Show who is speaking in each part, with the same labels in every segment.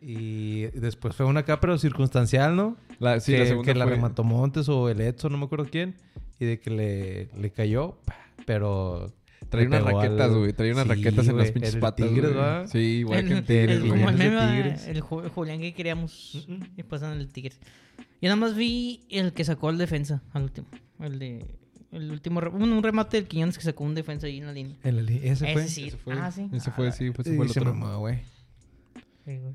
Speaker 1: Y después fue una acá, pero circunstancial, ¿no?
Speaker 2: La, sí,
Speaker 1: que,
Speaker 2: la segunda
Speaker 1: que la
Speaker 2: fue-
Speaker 1: remató Montes o el Edson, no me acuerdo quién. Y de que le, le cayó, pa, pero...
Speaker 2: Traía
Speaker 1: le
Speaker 2: unas
Speaker 1: pegó al-
Speaker 2: raquetas, güey. Traía unas
Speaker 1: Sí,
Speaker 2: raquetas en
Speaker 1: güey,
Speaker 2: las pinches
Speaker 1: el
Speaker 2: patas.
Speaker 1: Tigres,
Speaker 2: güey.
Speaker 1: ¿verdad?
Speaker 2: Sí, igual que en
Speaker 1: el-
Speaker 2: Tigres,
Speaker 1: el-
Speaker 2: güey.
Speaker 3: como el meme, ¿verdad?
Speaker 1: Tigres.
Speaker 3: el Ju- Julián que queríamos
Speaker 1: Mm, mm.
Speaker 3: y pasan el Tigres. Yo nada más vi el que sacó al defensa, al último. El de. El último. re- Un, un remate del Quiñones que sacó un defensa ahí en la línea.
Speaker 1: En la li- ese,
Speaker 3: Ese
Speaker 1: fue.
Speaker 3: sí.
Speaker 2: Ese fue,
Speaker 3: Ah, sí.
Speaker 2: Ese fue,
Speaker 3: Ah,
Speaker 2: sí, fue, ese
Speaker 1: Sí,
Speaker 2: Pues fue el
Speaker 1: se
Speaker 2: otro.
Speaker 1: mamó, güey.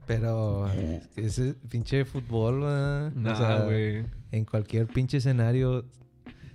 Speaker 1: Pero ese pinche fútbol, ¿verdad? O sea,
Speaker 2: Nah, güey.
Speaker 1: En cualquier pinche escenario,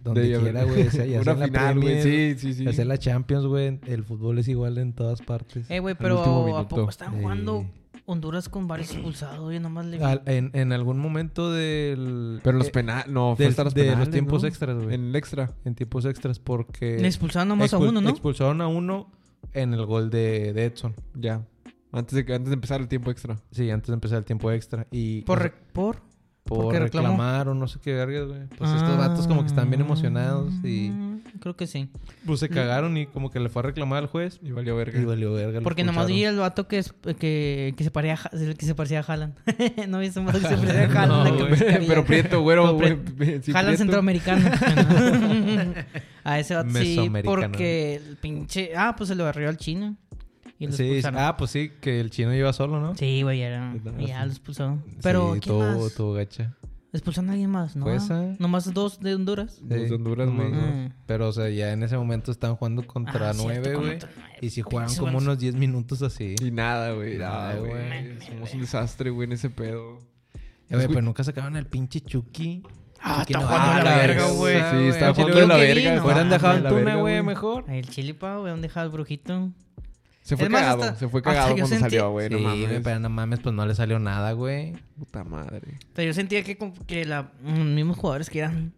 Speaker 1: donde
Speaker 2: De-
Speaker 1: quiera, güey. o sea, ya sea
Speaker 2: Una
Speaker 1: en la
Speaker 2: final, güey.
Speaker 1: Premier,
Speaker 2: Sí, sí, sí.
Speaker 1: ya sea en la Champions, güey. El fútbol es igual en todas partes.
Speaker 3: Eh, güey,
Speaker 2: Al último
Speaker 3: pero ¿a
Speaker 2: minuto.
Speaker 3: poco están jugando
Speaker 1: Sí.
Speaker 3: Honduras con varios expulsados? Yo nada más le vi.
Speaker 1: Al- en, en algún momento del...
Speaker 2: Pero los
Speaker 1: eh,
Speaker 2: penales, no, fue
Speaker 1: del-
Speaker 2: hasta los
Speaker 1: de los
Speaker 2: penales,
Speaker 1: tiempos
Speaker 2: ¿no?
Speaker 1: extras, güey.
Speaker 2: En el extra.
Speaker 1: en tiempos extras porque...
Speaker 3: Le expulsaron nomás a
Speaker 1: expul-
Speaker 3: uno, ¿no?
Speaker 1: Expulsaron a uno en el gol de, de Edson.
Speaker 2: Ya. Antes de, que- antes de empezar el tiempo extra.
Speaker 1: Sí, antes de empezar el tiempo extra. Y pues,
Speaker 3: Por. re- por...
Speaker 1: por
Speaker 3: porque reclamó.
Speaker 1: reclamar o no sé qué vergas, güey. Pues estos vatos como que están bien emocionados y...
Speaker 3: Ah, Creo que sí.
Speaker 1: Pues se cagaron y como que le fue a reclamar al juez.
Speaker 2: Y valió verga.
Speaker 1: Y valió verga. lo
Speaker 3: Porque nomás vi
Speaker 1: expulsaron.
Speaker 3: el vato que, es- que, que, se, parecía, a Ja- el que se parecía a Haaland. ¿No viste un vato que se parecía a Haaland?
Speaker 1: No,
Speaker 3: Que
Speaker 1: güey.
Speaker 3: pescaría.
Speaker 2: Pero Prieto, güero,
Speaker 3: Pero
Speaker 2: güey.
Speaker 3: Prieto.
Speaker 2: sí,
Speaker 3: Jalan
Speaker 2: Prieto.
Speaker 3: centroamericano. a ese vato sí,
Speaker 1: Mesoamericano.
Speaker 3: porque el pinche. Ah, pues se lo barrió al chino. Y lo
Speaker 1: Sí,
Speaker 3: expulsaron.
Speaker 1: ah, pues sí, que el chino iba solo, ¿no?
Speaker 3: Sí, güey, era.
Speaker 1: Ah,
Speaker 3: Ya
Speaker 1: sí.
Speaker 3: lo expulsaron. Pero,
Speaker 1: sí,
Speaker 3: ¿quién
Speaker 1: todo,
Speaker 3: más?
Speaker 1: todo gacha.
Speaker 3: ¿Expulsaron a alguien más? ¿No?
Speaker 1: Fue esa.
Speaker 3: ¿Nomás dos de Honduras?
Speaker 2: Los
Speaker 1: Sí,
Speaker 2: de Honduras,
Speaker 1: nomás
Speaker 2: güey.
Speaker 1: dos.
Speaker 3: Mm.
Speaker 1: Pero, o sea, ya en ese momento estaban jugando contra
Speaker 3: Ah, cierto,
Speaker 1: nueve, güey.
Speaker 3: contra nueve.
Speaker 1: Y si jugaron
Speaker 3: Pinches
Speaker 1: como
Speaker 3: buenos.
Speaker 1: unos 10 minutos así.
Speaker 2: Y nada, güey.
Speaker 1: Nada,
Speaker 2: Nada, güey.
Speaker 1: güey.
Speaker 2: Somos un desastre, güey, en ese pedo.
Speaker 1: Eh, güey, pero nunca sacaron al pinche Chucky.
Speaker 3: Ah,
Speaker 1: Chucky
Speaker 3: está
Speaker 1: no
Speaker 3: jugando a la
Speaker 1: vale,
Speaker 3: verga, güey.
Speaker 1: esa,
Speaker 2: Sí, está
Speaker 1: güey.
Speaker 2: jugando a la
Speaker 3: Yo que vi,
Speaker 2: verga.
Speaker 3: no
Speaker 1: Hubieran
Speaker 3: mames.
Speaker 1: dejado
Speaker 2: dejaban
Speaker 1: en Tuna, güey, mejor.
Speaker 3: Ahí El chilipa, güey, ¿dónde dejaba el brujito?
Speaker 2: Se fue
Speaker 3: Es más,
Speaker 2: cagado,
Speaker 3: hasta-
Speaker 2: se fue
Speaker 3: hasta
Speaker 2: cagado
Speaker 3: yo
Speaker 2: cuando
Speaker 3: sentí-
Speaker 2: salió, güey.
Speaker 1: Sí,
Speaker 2: No
Speaker 1: güey,
Speaker 2: mames.
Speaker 1: pero no mames, pues no le salió nada, güey.
Speaker 2: Puta madre.
Speaker 3: O sea, yo sentía que, como que la, los mismos jugadores que eran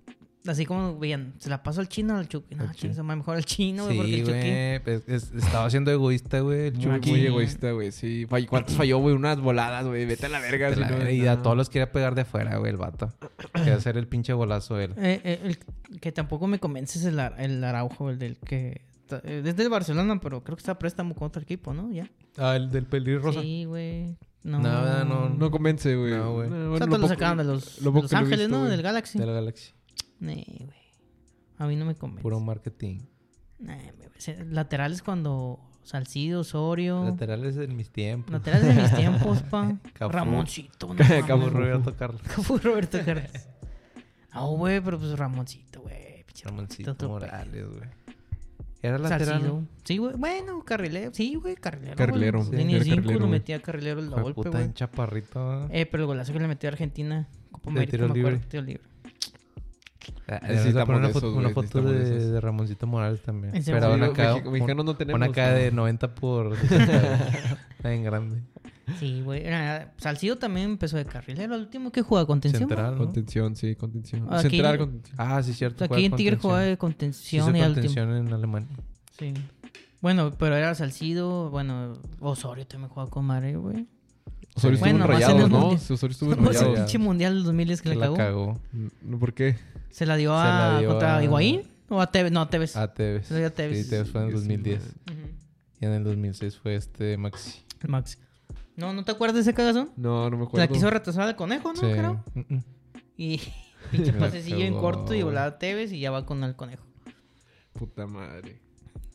Speaker 3: así como veían, se la paso al chino o al Chucky. No, chino, se me va mejor al chino, güey, porque
Speaker 1: sí,
Speaker 3: el Chucky.
Speaker 1: güey. pues, es- estaba siendo egoísta, güey. El
Speaker 2: Muy,
Speaker 1: Chucky.
Speaker 2: muy egoísta, güey. Sí. Fall- ¿Cuántos falló, güey? Unas voladas, güey. Vete a la verga.
Speaker 1: De
Speaker 2: si
Speaker 1: la
Speaker 2: no,
Speaker 1: verga, y a
Speaker 2: no.
Speaker 1: todos los quería pegar de afuera, güey, el vato. Quería hacer el pinche golazo él.
Speaker 3: Eh, eh, el que tampoco me convences el, Ar- el Araujo, el del que. ta- eh, Es del Barcelona, pero creo que está a préstamo con otro equipo, ¿no? Ya.
Speaker 1: Ah, el del pelirrosa.
Speaker 3: Sí, güey. No.
Speaker 1: Nada, no,
Speaker 2: No convence, güey.
Speaker 1: No, güey.
Speaker 3: O sea,
Speaker 2: bueno,
Speaker 3: te lo
Speaker 2: poco-
Speaker 3: sacaban de los,
Speaker 2: lo
Speaker 3: de
Speaker 2: poco
Speaker 3: los
Speaker 2: que lo he
Speaker 3: Ángeles,
Speaker 2: visto,
Speaker 3: ¿no?
Speaker 2: güey. Ah,
Speaker 3: Del Galaxy.
Speaker 1: De la Galaxy.
Speaker 3: Nee, güey. A mí no me convence.
Speaker 1: Puro marketing.
Speaker 3: Nee, güey. Se- Laterales cuando Salcido, Osorio.
Speaker 1: Laterales en mis tiempos.
Speaker 3: Laterales de mis tiempos, pa.
Speaker 1: Cafú.
Speaker 3: Ramoncito, no mames.
Speaker 2: Cafú,
Speaker 1: Acabo Roberto Carlos.
Speaker 3: Cafú Roberto Carlos. No, güey, pero pues Ramoncito, güey. pinche
Speaker 1: Ramoncito
Speaker 3: otro
Speaker 1: Morales, güey. Era
Speaker 3: pedo.
Speaker 1: lateral.
Speaker 3: Salcido.
Speaker 1: ¿no?
Speaker 3: Sí, güey. Bueno, carrilero. Sí, güey, carrilero. Pues,
Speaker 2: Carrilero,
Speaker 3: güey.
Speaker 2: sí,
Speaker 3: Línea
Speaker 2: era
Speaker 3: 5
Speaker 2: carrilero,
Speaker 3: lo
Speaker 2: güey.
Speaker 3: metía a carrilero en
Speaker 1: Hijo
Speaker 3: la
Speaker 1: de
Speaker 3: golpe,
Speaker 1: puta,
Speaker 3: güey.
Speaker 1: en chaparrito.
Speaker 3: Eh, pero el golazo que le metió a Argentina, Copa
Speaker 1: De
Speaker 3: América,
Speaker 1: tiro
Speaker 3: me acuerdo,
Speaker 1: libre.
Speaker 3: tiro libre.
Speaker 1: Ah, le vamos a
Speaker 2: necesitamos
Speaker 1: poner una
Speaker 2: de
Speaker 1: foto,
Speaker 2: esos,
Speaker 1: una
Speaker 2: güey,
Speaker 1: foto
Speaker 2: necesitamos de
Speaker 1: de,
Speaker 2: esos.
Speaker 1: de Ramoncito Morales también.
Speaker 3: Ese
Speaker 1: Pero
Speaker 3: güey.
Speaker 1: una
Speaker 2: Sí,
Speaker 1: acá,
Speaker 2: mexi- mexicanos no tenemos,
Speaker 1: una acá
Speaker 2: ¿no?
Speaker 1: de 90 por 60, güey. en grande.
Speaker 3: Sí, güey. era- Salcido también empezó de carrilero. El último que jugaba contención. güey.
Speaker 1: Central, ¿no?
Speaker 2: Contención, sí, contención.
Speaker 3: Aquí-
Speaker 2: Central, contención.
Speaker 1: Ah, sí, cierto.
Speaker 3: Aquí en Tigre jugaba de
Speaker 1: Sí,
Speaker 3: contención
Speaker 1: hizo
Speaker 3: y al último.
Speaker 1: contención en Alemania.
Speaker 3: Sí. Bueno, pero era Salcido, bueno, Osorio también jugaba con madre, güey.
Speaker 2: Osorio estuvo
Speaker 3: Bueno,
Speaker 2: en
Speaker 3: más en
Speaker 2: rayados,
Speaker 3: el
Speaker 2: ¿no?
Speaker 3: mundial.
Speaker 2: Osorio estuvo en
Speaker 3: No, ese
Speaker 1: Rayados.
Speaker 3: pinche
Speaker 2: rayados.
Speaker 3: mundial del 2000 es que
Speaker 1: Se
Speaker 3: le
Speaker 1: la
Speaker 3: cagó.
Speaker 1: cagó
Speaker 2: No, ¿Por qué?
Speaker 3: Se la dio
Speaker 1: Se
Speaker 3: a
Speaker 1: la dio
Speaker 3: contra
Speaker 1: a-
Speaker 3: Higuaín o a Tevez, no, a Tevez.
Speaker 1: a Tevez.
Speaker 3: Se la dio a Tevez.
Speaker 1: Sí, Tevez fue en el
Speaker 2: Sí, sí,
Speaker 1: 2010.
Speaker 2: madre.
Speaker 3: Ujú.
Speaker 1: Y en el 2006 fue este Maxi.
Speaker 3: El Max. No, ¿no te acuerdas de ese cagazón?
Speaker 2: No, no me
Speaker 3: Se la
Speaker 2: acuerdo.
Speaker 3: quiso retrasar al conejo, Ah, ¿no?
Speaker 1: Sí.
Speaker 3: Creo.
Speaker 1: Mm, mm.
Speaker 3: Y pinche
Speaker 2: La
Speaker 3: pasecillo en
Speaker 1: cagó,
Speaker 3: corto y
Speaker 1: güey.
Speaker 3: volaba a Tevez y ya va con el conejo.
Speaker 2: Puta madre.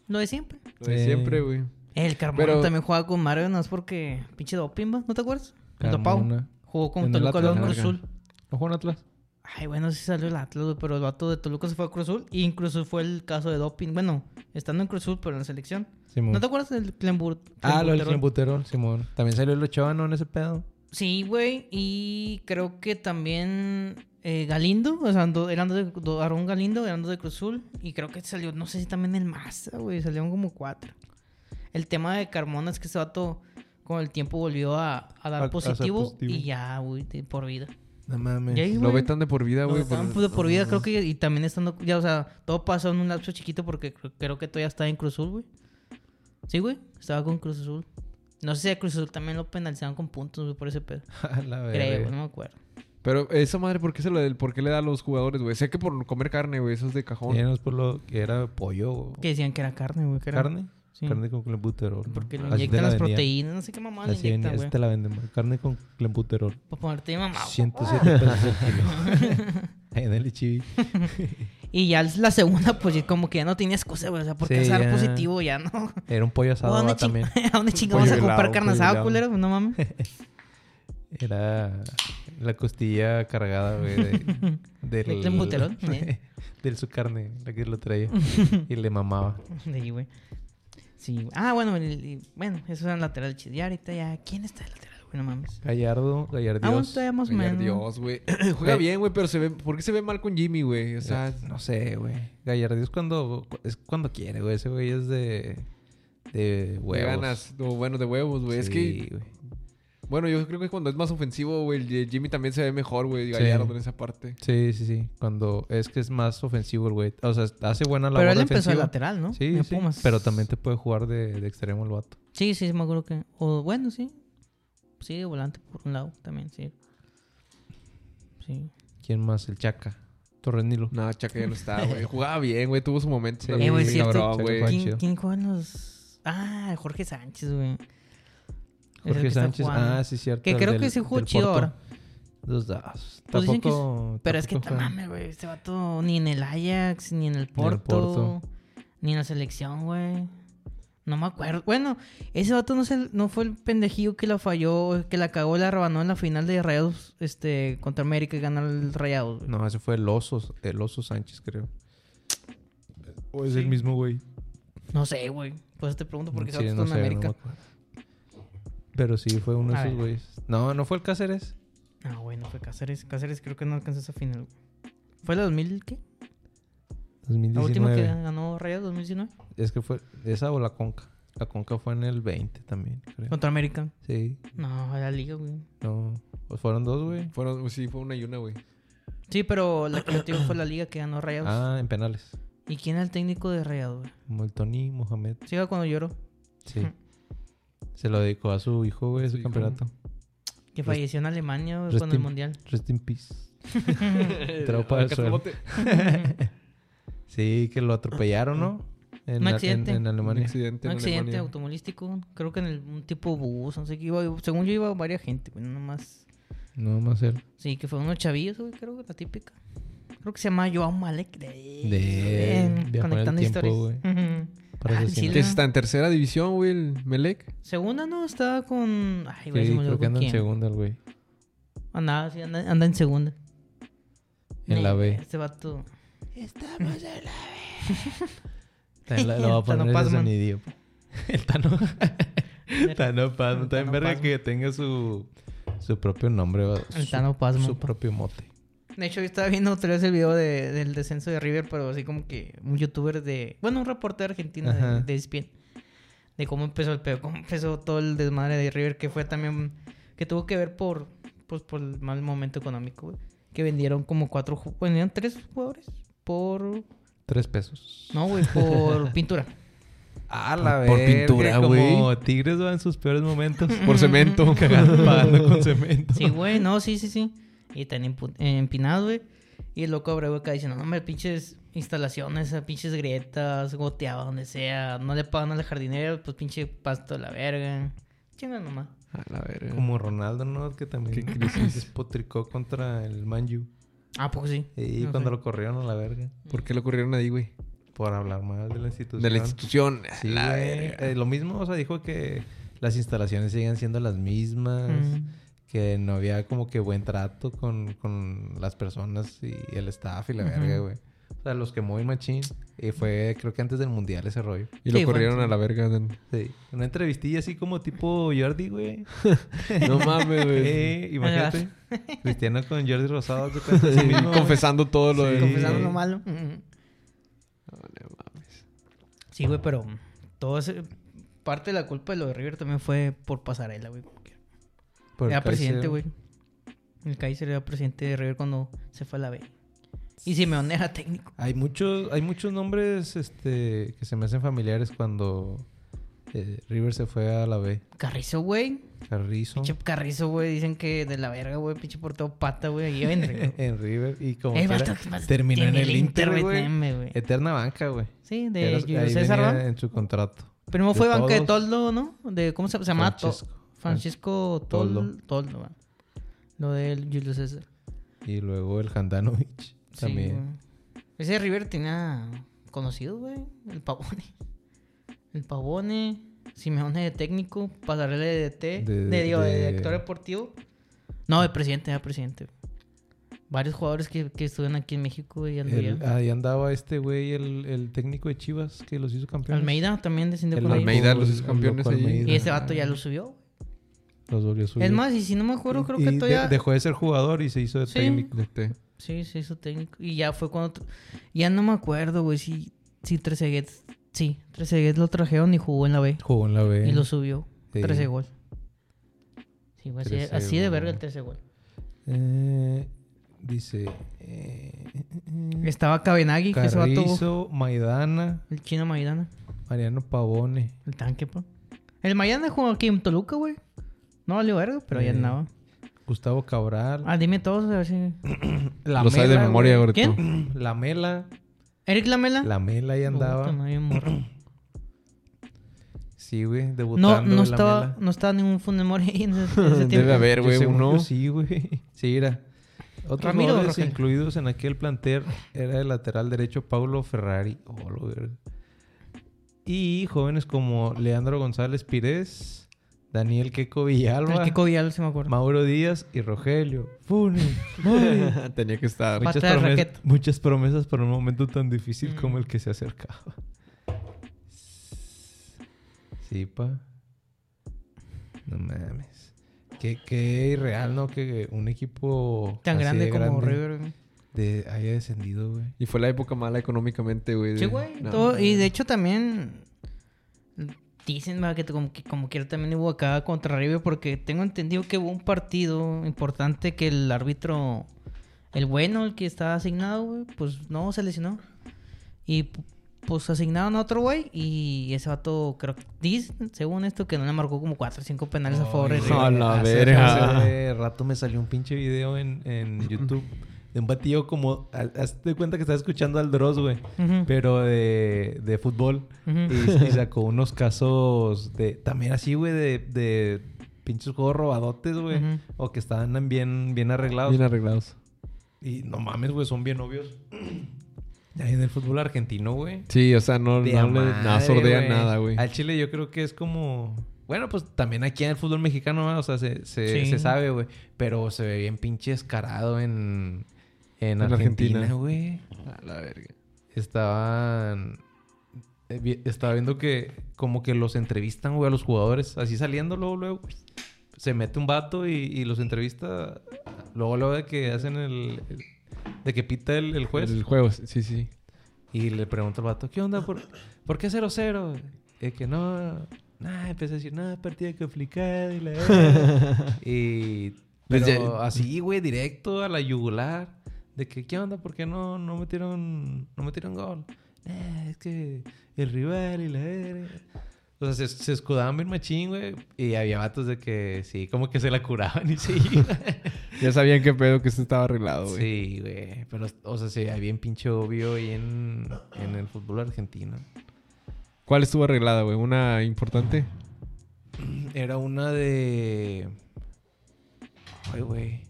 Speaker 3: Lo de siempre.
Speaker 2: Lo de
Speaker 1: Sí.
Speaker 2: siempre, güey.
Speaker 3: El Carmona
Speaker 2: Pero-
Speaker 3: también jugaba con Mario, no es porque pinche doping, ¿va? ¿no te acuerdas? El dopado.
Speaker 1: Carmona.
Speaker 3: Jugó con
Speaker 1: En el
Speaker 3: Toluca luego en
Speaker 1: Atlas,
Speaker 3: Cruz
Speaker 2: verga.
Speaker 3: Azul.
Speaker 1: ¿No jugó en Atlas?
Speaker 3: Ay, bueno, sí salió el Atlas, güey, pero el vato de Toluca se fue a Cruz Azul. Y incluso fue el caso de doping. Bueno, estando en Cruz Azul, pero en la selección.
Speaker 1: Simón.
Speaker 3: ¿No te acuerdas del Clembur?
Speaker 1: ah, lo del
Speaker 3: Clembuterol?
Speaker 1: Buterón, Simón. También salió el Ochoa, ¿no? En ese pedo.
Speaker 3: Sí, güey. Y creo que también eh, Galindo. O sea, ando- eran dos de do- Aarón Galindo, eran dos de Cruz Azul. Y creo que salió, no sé si también el Maza, güey. Salieron como cuatro. El tema de Carmona es que ese vato con el tiempo volvió a, a dar
Speaker 1: A- a ser
Speaker 3: positivo,
Speaker 1: positivo.
Speaker 3: Y ya, güey, de por vida.
Speaker 1: No mames.
Speaker 3: Y ahí,
Speaker 2: Lo
Speaker 3: güey,
Speaker 2: vetan de por vida,
Speaker 3: Lo
Speaker 2: güey.
Speaker 3: estaban de por vida, creo que. Y también estando. Ya, o sea, todo pasó en un lapso chiquito porque cre- creo que todavía estaba en Cruz Azul, güey. Sí, güey. Estaba con Cruz Azul. No sé si a Cruz Azul también lo penalizaron con puntos, güey, por ese pedo.
Speaker 1: A la
Speaker 3: Creo,
Speaker 1: verga.
Speaker 3: no me acuerdo.
Speaker 2: Pero esa madre, ¿por qué, se lo del, ¿por qué le da a los jugadores, güey? Sé que por comer carne, güey, eso es de cajón.
Speaker 1: Llenos por lo que era pollo.
Speaker 3: Que decían que era carne, güey. Que era...
Speaker 1: ¿Carne?
Speaker 3: Sí.
Speaker 1: Carne con clenbuterol. ¿no?
Speaker 3: Porque le
Speaker 1: Así te
Speaker 3: inyectan
Speaker 1: la
Speaker 3: las
Speaker 1: vendían.
Speaker 3: proteínas, no sé qué mamá le
Speaker 1: Así este venía,
Speaker 3: inyectan,
Speaker 1: así
Speaker 3: güey.
Speaker 1: te la venden. güey. Carne con clenbuterol.
Speaker 3: Para ponerte mamá.
Speaker 1: 107 pesos el kilo. Ahí en el Ichibi.
Speaker 3: Y ya la segunda, pues ya como que ya no tenía excusa, güey. O sea, por
Speaker 1: Sí,
Speaker 3: qué asar
Speaker 1: ya.
Speaker 3: positivo ya no.
Speaker 1: Era un pollo
Speaker 3: ¿A
Speaker 1: asado
Speaker 3: dónde,
Speaker 1: ah, también.
Speaker 3: ching- ¿A dónde chingo
Speaker 2: Pollo
Speaker 3: vamos a
Speaker 2: helado,
Speaker 3: comprar
Speaker 1: pollo
Speaker 3: carne asada,
Speaker 1: helado.
Speaker 3: culero? No mames.
Speaker 1: Era la costilla cargada, güey. De, del,
Speaker 3: ¿De clenbuterol? Eh.
Speaker 1: Del su carne, la que lo traía. Y le mamaba.
Speaker 3: De ahí, güey. Sí, güey. Ah, bueno, el- y- bueno, eso era el lateral chis. Ya ahorita ya. ¿Quién está de lateral, güey? No mames.
Speaker 1: Gallardo,
Speaker 3: Ah, bueno,
Speaker 1: Gallardios.
Speaker 3: todavía más o
Speaker 2: Oigan,
Speaker 3: menos.
Speaker 2: Dios, güey. Juega bien, güey, pero se ve... ¿Por qué se ve mal con Jimmy, güey? O sea...
Speaker 1: no sé, güey. Gallardios cuando, cu- es cuando quiere, güey. Ese güey es de. de
Speaker 2: De
Speaker 1: huevos.
Speaker 2: ganas, o bueno, de huevos, güey. Es
Speaker 1: Sí,
Speaker 2: que,
Speaker 1: güey.
Speaker 2: bueno, yo creo que cuando es más ofensivo, güey, el de Jimmy también se ve mejor, güey, Gallardo en esa parte.
Speaker 1: Sí, sí, sí. Cuando es que es más ofensivo el güey. O sea, hace buena labor
Speaker 3: Pero él empezó
Speaker 1: defensiva.
Speaker 3: de lateral, ¿no?
Speaker 1: Sí,
Speaker 3: En
Speaker 1: sí.
Speaker 3: Pumas.
Speaker 1: Pero también te puede jugar de, de extremo el vato.
Speaker 3: Sí, sí, me acuerdo que. O bueno, sí. Sí, de volante por un lado también, sí. Sí.
Speaker 1: ¿Quién más? El Chaca. Torrenilo.
Speaker 2: No, Chaca ya no está, güey. Jugaba bien, güey, tuvo su momento.
Speaker 1: Sí,
Speaker 2: también,
Speaker 3: Eh, güey,
Speaker 1: sí,
Speaker 3: cierto.
Speaker 2: cabrón, güey.
Speaker 1: Chaca fue-
Speaker 3: ¿Quién,
Speaker 1: chido.
Speaker 3: quién juega en los. Ah, Jorge Sánchez, güey. Es el que
Speaker 1: Jorge
Speaker 3: está
Speaker 1: Sánchez.
Speaker 3: jugando.
Speaker 1: Ah, sí, cierto.
Speaker 3: Que
Speaker 1: el
Speaker 3: creo
Speaker 1: del-
Speaker 3: que sí jugó
Speaker 1: del
Speaker 3: chido
Speaker 1: Porto.
Speaker 3: ahora.
Speaker 1: Los dos.
Speaker 3: Pues dicen que
Speaker 1: Tampoco-
Speaker 3: Pero es que,
Speaker 1: tampoco
Speaker 3: no
Speaker 1: fue-
Speaker 3: mames, güey. Este vato ni en el Ajax, ni en el
Speaker 1: Porto.
Speaker 3: Porto, ni en la selección, güey. No me acuerdo. Bueno, ese vato no, se, no fue el pendejillo que la falló, que la cagó, la rebanó en la final de Rayados este, contra América y ganó el Rayados, güey.
Speaker 1: No, ese fue el Oso, el Oso Sánchez, creo. O
Speaker 2: Pues
Speaker 1: es
Speaker 3: Sí.
Speaker 1: el mismo güey.
Speaker 3: No sé, güey. Pues te pregunto porque ese
Speaker 1: Sí,
Speaker 3: vato
Speaker 1: no
Speaker 3: está en
Speaker 1: sé, no me
Speaker 3: América.
Speaker 1: acuerdo. Pero sí, fue uno de
Speaker 3: A
Speaker 1: esos
Speaker 3: ver.
Speaker 1: güeyes. No, no fue el Cáceres.
Speaker 3: Ah, güey, no fue Cáceres. Cáceres creo que no alcanzó esa final, güey. ¿Fue la 2000 qué? La última que
Speaker 1: 2019.
Speaker 3: ganó Rayados 2019
Speaker 1: Es que fue esa o la Conca. La Conca fue en el 20 también, creo.
Speaker 3: contra América.
Speaker 1: Sí,
Speaker 3: No, la liga, güey.
Speaker 1: no. Pues fueron dos, güey.
Speaker 2: Fueron, sí, fue una y una, güey.
Speaker 3: Sí, pero la que yo te digo fue la liga que ganó Rayados.
Speaker 1: Ah, en penales.
Speaker 3: ¿Y quién era el técnico de Rayados? güey?
Speaker 1: Como el Tony Mohamed.
Speaker 3: Siga cuando lloro.
Speaker 1: Sí. Se lo dedicó a su hijo, güey,
Speaker 2: Su
Speaker 1: su
Speaker 2: hijo.
Speaker 1: campeonato.
Speaker 3: Que
Speaker 1: Rest-
Speaker 3: falleció en Alemania güey,
Speaker 1: Rest
Speaker 3: cuando el
Speaker 1: in-
Speaker 3: mundial.
Speaker 1: Rest in peace. Traupa del
Speaker 2: Acá
Speaker 1: suelo.
Speaker 2: está el bote.
Speaker 1: Sí, que lo atropellaron, ¿no? En,
Speaker 3: Un
Speaker 1: a- en-
Speaker 3: accidente.
Speaker 1: en
Speaker 2: Un
Speaker 1: Alemania.
Speaker 2: accidente
Speaker 3: Un
Speaker 2: en
Speaker 3: accidente
Speaker 2: Alemania.
Speaker 3: automovilístico. Creo que en el, un tipo bus. No sé qué iba. Según yo iba varias gente. Bueno, nomás.
Speaker 1: No, más él.
Speaker 3: Sí, que fue unos chavillos, güey. Creo que la típica. Creo que se llama Joao Malek. De...
Speaker 1: De-
Speaker 3: Bien,
Speaker 1: viajó en
Speaker 3: Conectando
Speaker 1: el tiempo,
Speaker 3: historias. Ujú.
Speaker 1: Para
Speaker 3: Ah, el
Speaker 1: asesinar.
Speaker 2: Que está en tercera división, güey, el Melec.
Speaker 3: Segunda, ¿no? Estaba con... Ay,
Speaker 1: Sí,
Speaker 3: güey, se me olvidó
Speaker 1: creo que
Speaker 3: con
Speaker 1: anda en
Speaker 3: quién.
Speaker 1: segunda el güey.
Speaker 3: Andaba, sí, anda, anda en segunda.
Speaker 1: En la
Speaker 3: Nah,
Speaker 1: B.
Speaker 3: Este vato...
Speaker 1: Estamos en la B. Lo va a
Speaker 3: El Tano
Speaker 1: poner ese
Speaker 3: Pazman.
Speaker 1: sonidillo. El Tano. El Tano Pazman. Está en
Speaker 3: Tano
Speaker 1: verga
Speaker 3: Pazman.
Speaker 1: que tenga su, su propio nombre. va,
Speaker 3: El
Speaker 1: su-
Speaker 3: Tano Pazman,
Speaker 1: Su
Speaker 3: pa.
Speaker 1: propio mote.
Speaker 3: De hecho, yo estaba viendo otra vez el video de- del descenso de River, pero así como que un youtuber de. Bueno, un reportero argentino
Speaker 1: Ajá.
Speaker 3: de, de ESPN, De cómo empezó el pedo, cómo empezó todo el desmadre de River, que fue también. que tuvo que ver por. pues por el mal momento económico, güey. Que vendieron como cuatro. ju- vendieron tres jugadores por.
Speaker 1: Tres pesos.
Speaker 3: no, güey, por pintura.
Speaker 1: Ah,
Speaker 2: la verga,
Speaker 1: Como
Speaker 2: como
Speaker 1: Tigres va en sus peores momentos.
Speaker 2: Por cemento.
Speaker 1: Pagando con cemento.
Speaker 3: Sí, güey, no, sí, sí, sí. Y están empinados, güey. Y el loco abre boca diciendo, no, hombre, pinches instalaciones, eh, pinches grietas, goteaba donde sea, no le pagan al jardinero, pues pinche pasto de la verga. Chinga nomás.
Speaker 2: A la verga.
Speaker 1: Como Ronaldo, ¿no? Que también despotricó contra el Manju.
Speaker 3: Ah, pues sí.
Speaker 1: Y
Speaker 3: No
Speaker 1: cuando
Speaker 3: sé.
Speaker 1: lo corrieron a la verga.
Speaker 2: ¿Por qué le ocurrieron ahí, güey?
Speaker 1: Por hablar mal de la institución.
Speaker 2: De la institución.
Speaker 1: Pues Sí,
Speaker 2: la
Speaker 1: güey.
Speaker 2: verga.
Speaker 1: Eh, lo mismo, o sea, dijo que las instalaciones siguen siendo las mismas,
Speaker 3: Mm.
Speaker 1: que no había como que buen trato con, con las personas y el staff y la
Speaker 3: Ujú.
Speaker 1: verga, güey. O sea, los quemó y machín. Y fue, creo que antes del mundial ese rollo.
Speaker 2: Y lo
Speaker 3: Sí, fue
Speaker 2: corrieron
Speaker 3: antes.
Speaker 2: a la verga. Dan.
Speaker 1: Sí. Una entrevistilla así como tipo Jordi, güey.
Speaker 2: No mames, güey.
Speaker 1: Eh, imagínate. Cristiano con Jordi Rosado. ¿te cuentas? Así
Speaker 2: Sí,
Speaker 1: mismo, güey.
Speaker 2: Confesando todo lo
Speaker 1: Sí.
Speaker 2: de...
Speaker 3: Confesando
Speaker 1: Sí.
Speaker 3: lo malo. Mm. Sí, güey, pero todo ese- Parte de la culpa de lo de River también fue por pasarela, güey. como que
Speaker 1: Por
Speaker 3: Era
Speaker 1: el Kaiser.
Speaker 3: presidente, güey. El Kaiser era presidente de River cuando se fue a la B. Y Simeone era técnico.
Speaker 1: Hay muchos, hay muchos nombres este, que se me hacen familiares cuando eh, River se fue a la B.
Speaker 3: Carrizo, güey.
Speaker 1: Carrizo
Speaker 3: Pinche Carrizo, güey. Dicen que de la verga, güey. Pinche por todo pata, güey. Ahí en River.
Speaker 1: en River y como
Speaker 3: El
Speaker 1: quiera,
Speaker 3: vato que más
Speaker 1: terminó en
Speaker 3: tiene
Speaker 1: el Inter, güey.
Speaker 3: meme, güey.
Speaker 1: Eterna banca, güey.
Speaker 3: Sí,
Speaker 1: Era-
Speaker 3: de Julio
Speaker 1: ahí
Speaker 3: César,
Speaker 1: venía
Speaker 3: ¿va?
Speaker 1: en su contrato.
Speaker 3: Primero fue Banca de
Speaker 1: todos.
Speaker 3: Toldo, ¿no? De, ¿Cómo se, se llama? To-
Speaker 1: Francesco.
Speaker 3: Francisco Tol-
Speaker 1: Toldo.
Speaker 3: Toldo. va. Lo del Julio César.
Speaker 1: Y luego el Handanovic
Speaker 3: Sí,
Speaker 1: también.
Speaker 3: güey. Ese River tenía conocido, güey. El Pavone. El Pavone. Simeone de técnico. Pasarele de DT. De,
Speaker 1: De-
Speaker 3: digo, de
Speaker 1: de-
Speaker 3: director deportivo. No, de presidente, era presidente. Varios jugadores que, que estuvieron aquí en México güey, y anduvieron.
Speaker 1: El- ahí andaba este güey, el, el técnico de Chivas que los hizo campeones.
Speaker 3: Almeida también descendió
Speaker 1: pues, El
Speaker 3: con ellos.
Speaker 2: Almeida. los hizo
Speaker 1: el
Speaker 2: campeones
Speaker 1: loco
Speaker 2: ahí.
Speaker 1: Almeida.
Speaker 3: Y ese vato ya lo subió.
Speaker 1: Los volvió a subir.
Speaker 3: Es más, y si no me acuerdo, creo
Speaker 1: Y-
Speaker 3: que
Speaker 1: y
Speaker 3: todavía...
Speaker 1: de- dejó de ser jugador y se hizo de
Speaker 3: Sí.
Speaker 1: técnico.
Speaker 2: Este,
Speaker 3: Sí, se hizo técnico. Y ya fue cuando... tr- Ya no me acuerdo, güey, si, si Trezeguet... Sí, Trezeguet lo trajeron y jugó en la B.
Speaker 1: Jugó en la B.
Speaker 3: Y lo subió.
Speaker 1: Sí.
Speaker 3: 13 gol. Sí, güey, así,
Speaker 1: 13
Speaker 3: así de
Speaker 1: Este, gol.
Speaker 3: verga el 13 gol.
Speaker 1: Eh, dice. eh, eh,
Speaker 3: Estaba Cabenagui, Este que se va todo.
Speaker 1: Carrizo, Maidana,
Speaker 3: El chino Maidana.
Speaker 1: Mariano Pavone.
Speaker 3: El tanque, pa. El Maidana jugó aquí en Toluca, güey. No valió verga, pero ahí
Speaker 1: Sí.
Speaker 3: andaba.
Speaker 1: Gustavo Cabral.
Speaker 3: Ah, dime todos, a ver si...
Speaker 1: La
Speaker 2: lo sabes de
Speaker 1: Mela,
Speaker 2: memoria,
Speaker 1: güey.
Speaker 2: Gorito.
Speaker 3: ¿Quién?
Speaker 1: La Mela.
Speaker 3: ¿Eric Lamela?
Speaker 1: La Mela ahí
Speaker 3: Puta
Speaker 1: andaba.
Speaker 3: madre, bien morro.
Speaker 1: Sí, güey.
Speaker 3: No,
Speaker 1: Debutando la
Speaker 3: no estaba,
Speaker 1: Mela.
Speaker 3: no estaba ningún Funemori en ese, en ese tiempo.
Speaker 2: Debe haber,
Speaker 1: Yo
Speaker 2: güey,
Speaker 1: según
Speaker 2: uno.
Speaker 1: yo Sí, güey. Sí, era. Otros
Speaker 3: Ramiro,
Speaker 1: jugadores
Speaker 3: Rogelio.
Speaker 1: incluidos en aquel plantel era el lateral derecho Paulo Ferrari. Oh, lo verga. Y jóvenes como Leandro González Pires, Daniel Queco Villalba,
Speaker 3: El Kiko Vial, se me acuerdo.
Speaker 1: Mauro Díaz y Rogelio. Funes, Mori.
Speaker 2: Tenía que estar.
Speaker 3: Pa-
Speaker 1: muchas,
Speaker 3: Pata de
Speaker 1: promes-
Speaker 3: raqueta.
Speaker 1: muchas promesas para un momento tan difícil
Speaker 3: Mm.
Speaker 1: como el que se acercaba. Sí, pa. No mames. Qué, qué irreal, ¿no? Que un equipo
Speaker 3: Tan
Speaker 1: así de
Speaker 3: grande como
Speaker 1: grande
Speaker 3: River, güey.
Speaker 1: de- haya descendido, güey.
Speaker 2: Y fue la época mala económicamente, güey. de-
Speaker 3: Sí, güey.
Speaker 2: No,
Speaker 3: todo-
Speaker 2: no,
Speaker 3: y
Speaker 2: no.
Speaker 3: de hecho también dicen va, que t- como, que como quiera también hubo acá contra River porque tengo entendido que hubo un partido importante que el árbitro, el bueno, el que estaba asignado, güey, pues no se lesionó. Y pu- pues asignaron a otro güey y ese vato creo que dicen, según esto, que no le marcó como cuatro o cinco penales a favor. de
Speaker 1: Ay,
Speaker 3: River.
Speaker 2: A la
Speaker 1: hace-
Speaker 2: verga.
Speaker 1: Hace rato me salió un pinche video en, en YouTube de un batillo como... ha- Hazte cuenta que estaba escuchando al Dross, güey.
Speaker 3: Ujú.
Speaker 1: pero de, de fútbol.
Speaker 3: Ujú.
Speaker 1: y, y sacó unos casos de también así, güey, de, de pinches juegos robadotes, güey.
Speaker 3: Ujú.
Speaker 1: O que estaban bien, bien arreglados.
Speaker 2: Bien arreglados.
Speaker 1: Y no mames, güey, son bien obvios. Ahí en el fútbol argentino, güey.
Speaker 2: Sí, o sea, no, no,
Speaker 1: De
Speaker 2: le-
Speaker 1: a
Speaker 2: no
Speaker 1: madre,
Speaker 2: sordea nada, güey.
Speaker 1: Al Chile yo creo que es como... Bueno, pues también aquí en el fútbol mexicano, ¿no? o sea, se, se,
Speaker 3: Sí.
Speaker 1: se sabe, güey. Pero se ve bien pinche descarado en, en,
Speaker 2: En Argentina.
Speaker 1: Argentina, güey.
Speaker 2: A la verga.
Speaker 1: Estaban. eh, vi- Estaba viendo que como que los entrevistan, güey, a los jugadores. Así saliendo luego, luego. güey. Se mete un vato y, y los entrevista. Luego, luego de que hacen el... el- de que pita el, el juez.
Speaker 2: Pues. El juego, sí, sí.
Speaker 1: Y le pregunta al vato, ¿qué onda? ¿Por, ¿por qué 0-0? Es que no... Nada, empecé a decir, nada, partida complicada y la... verga". y...
Speaker 2: Pues
Speaker 1: Pero
Speaker 2: ya-
Speaker 1: así, güey, directo a la yugular. De que, ¿qué onda? ¿Por qué no, no metieron... No metieron gol? "Nah, es que el rival y la... verga". O sea, se, se escudaban bien machín, güey. Y había vatos de que sí, como que se la curaban y se iban.
Speaker 2: Ya sabían qué pedo que esto estaba arreglado, güey.
Speaker 1: Sí, güey. Pero, o sea, se veía bien pinche obvio ahí en, en el fútbol argentino.
Speaker 2: ¿Cuál estuvo arreglada, güey? ¿Una importante?
Speaker 1: Era una de. Ay, güey.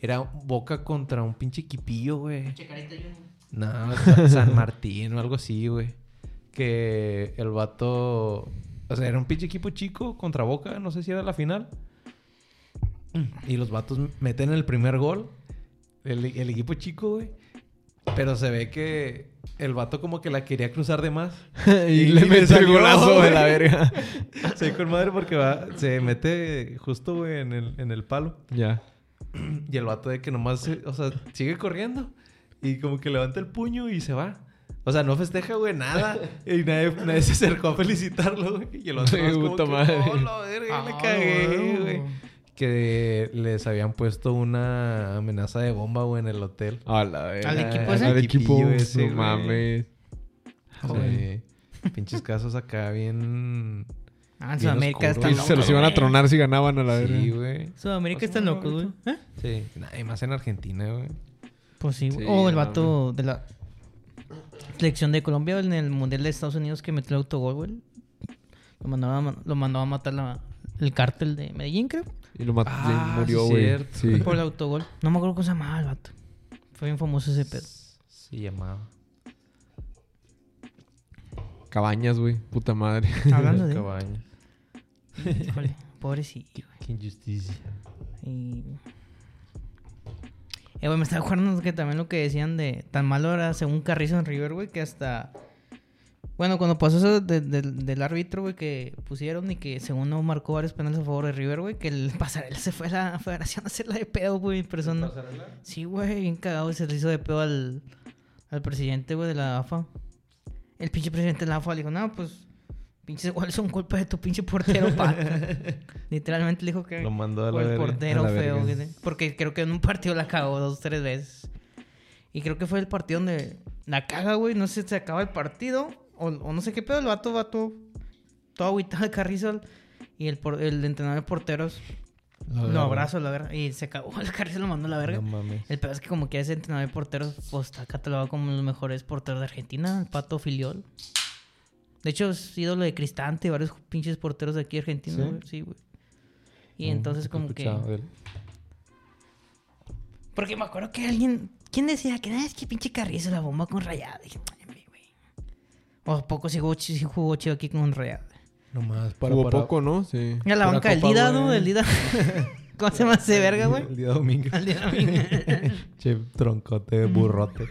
Speaker 1: Era Boca contra un pinche equipillo, güey. No, Sa- San Martín o algo así, güey. Que el vato. O sea, era un pinche equipo chico contra Boca, no sé si era la final. Y los vatos meten el primer gol. El, el equipo chico, güey. Pero se ve que el vato como que la quería cruzar de más.
Speaker 2: y, le
Speaker 1: mete
Speaker 2: metió el golazo de la verga.
Speaker 1: Sí, con madre porque va, se mete justo, güey, en el, en el palo.
Speaker 2: ya.
Speaker 1: Y el vato de que nomás, se- o sea, sigue corriendo. Y como que levanta el puño y se va. O sea, no festeja, güey, nada. Y nadie, nadie se acercó a felicitarlo, güey. Y el vato
Speaker 2: Sí,
Speaker 1: nomás como
Speaker 2: puta
Speaker 1: que,
Speaker 2: madre.
Speaker 1: "Oh, la verga, le
Speaker 3: Ah,
Speaker 1: cagué,
Speaker 3: güey.
Speaker 1: güey. Que les habían puesto una amenaza de bomba, güey, en el hotel.
Speaker 2: A la verga.
Speaker 3: ¿Al equipo ese?
Speaker 2: Al equipo
Speaker 1: Equipillo ese,
Speaker 2: No
Speaker 1: güey.
Speaker 2: mames.
Speaker 1: Sí. Pinches casos acá bien...
Speaker 3: Ah, en
Speaker 1: Bien
Speaker 3: Sudamérica
Speaker 1: oscuro.
Speaker 3: está
Speaker 2: Y
Speaker 1: Tan
Speaker 2: se los
Speaker 1: loco,
Speaker 2: iban a
Speaker 1: güey.
Speaker 2: tronar si ganaban a la verga.
Speaker 1: Sí, güey.
Speaker 3: Sudamérica está
Speaker 1: Pásame,
Speaker 3: loco, güey. ¿Eh?
Speaker 1: Sí. Nah, y más en Argentina, güey.
Speaker 3: Pues sí, güey.
Speaker 2: Sí,
Speaker 3: O el
Speaker 2: no,
Speaker 3: vato de la selección de Colombia en el Mundial de Estados Unidos que metió el autogol, güey. Lo mandaba a, ma- lo mandaba a matar la- el cártel de Medellín, creo.
Speaker 2: Y lo mató.
Speaker 1: Ah,
Speaker 2: y murió,
Speaker 1: sí,
Speaker 2: güey.
Speaker 1: cierto.
Speaker 2: Sí.
Speaker 3: Por el autogol. No me acuerdo cómo se llamaba el vato. Fue bien famoso ese pedo.
Speaker 1: Se llamaba.
Speaker 2: Cabañas, güey. Puta madre.
Speaker 3: Hablando de.
Speaker 1: Cabaña.
Speaker 3: Híjole, pobrecito.
Speaker 1: Qué injusticia.
Speaker 3: Y. Eh, güey, me estaba acordando que también lo que decían de tan malo era según Carrizo en River, güey, que hasta. Bueno, cuando pasó eso de- de- del árbitro, güey, que pusieron y que según no marcó varios penales a favor de River, güey, que el pasarela se fue a la federación a hacerla de pedo, güey, pero eso no. Sí, güey, bien cagado, se le hizo de pedo al, al presidente, güey, de la AFA. El pinche presidente de la AFA le dijo, no, pues, pinches igual son culpa de tu pinche portero, pa. Literalmente le dijo que...
Speaker 1: Lo mandó a la
Speaker 3: O el
Speaker 1: verga.
Speaker 3: portero
Speaker 2: A la
Speaker 3: feo.
Speaker 2: verga.
Speaker 3: que te- Porque creo que en un partido la cagó dos, tres veces. Y creo que fue el partido donde la caga, güey. No sé si se acaba el partido o, o no sé qué pedo. El vato va todo, todo agüitado de Carrizal. Y el, por- el entrenador de porteros lo abrazo, la verga. Y se acabó. El Carrizal lo mandó a la verga.
Speaker 1: No mames.
Speaker 3: El peor es que como que ese entrenador de porteros, pues está catalogado como uno de los mejores porteros de Argentina, el Pato Filiol. De hecho, es ídolo de Cristante y varios pinches porteros de aquí de Argentina,
Speaker 1: ¿Sí?
Speaker 3: güey. Sí, güey. Y entonces como que... Porque me acuerdo que alguien... ¿Quién decía que "Ah, es que pinche Carrizo la bomba con rayada? Dije, "Ay, güey". O poco si jugó, chi- sí jugó chido aquí con rayada.
Speaker 1: Nomás para.
Speaker 2: Hubo
Speaker 1: para-
Speaker 2: poco, ¿no? Sí.
Speaker 3: Mira la
Speaker 1: Una
Speaker 3: banca del
Speaker 1: copa,
Speaker 3: Dida,
Speaker 1: güey.
Speaker 3: ¿no? Del Dida. ¿Cómo se llama ese verga, güey?
Speaker 1: El día domingo.
Speaker 3: Al Dida Domínguez.
Speaker 1: Che, troncote de burrote.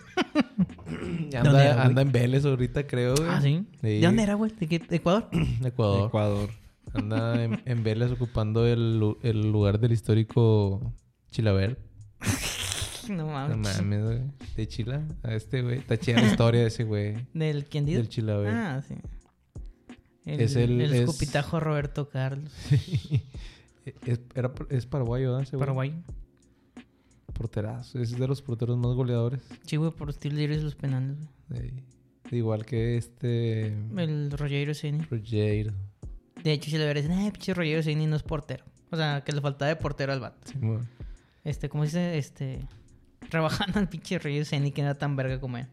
Speaker 3: ¿Dónde era,
Speaker 1: anda,
Speaker 3: güey?
Speaker 1: anda en Vélez ahorita, creo, güey.
Speaker 3: Ah, ¿sí?
Speaker 1: Sí.
Speaker 3: ¿De dónde era, güey? ¿De qué? ¿De Ecuador?
Speaker 1: Ecuador.
Speaker 2: Ecuador.
Speaker 1: Anda en, en Vélez ocupando el, lu- el lugar del histórico Chilaver.
Speaker 3: No mames.
Speaker 1: No mames, güey. De Chila. A este, güey. Está chida la historia de ese, güey.
Speaker 3: ¿Del quién dice?
Speaker 1: Del Chilaver.
Speaker 3: Ah, sí. El,
Speaker 1: Es el-
Speaker 3: el
Speaker 1: es-
Speaker 3: escupitajo Roberto Carlos.
Speaker 1: Es, era- es paraguayo, ¿verdad? ese güey?
Speaker 3: Paraguay.
Speaker 1: Porterazo. Es de los porteros más goleadores.
Speaker 3: Sí, güey, por estilo libres los penales. güey.
Speaker 1: Sí. Igual que este.
Speaker 3: El Rogero Ceni.
Speaker 1: Roger.
Speaker 3: De hecho, si le veres, ay, pinche Rogero Ceni no es portero. O sea, que le faltaba de portero al vato.
Speaker 1: Simón.
Speaker 3: Este, ¿cómo dice? Este. Trabajando al pinche Rogero Ceni que era tan verga como él.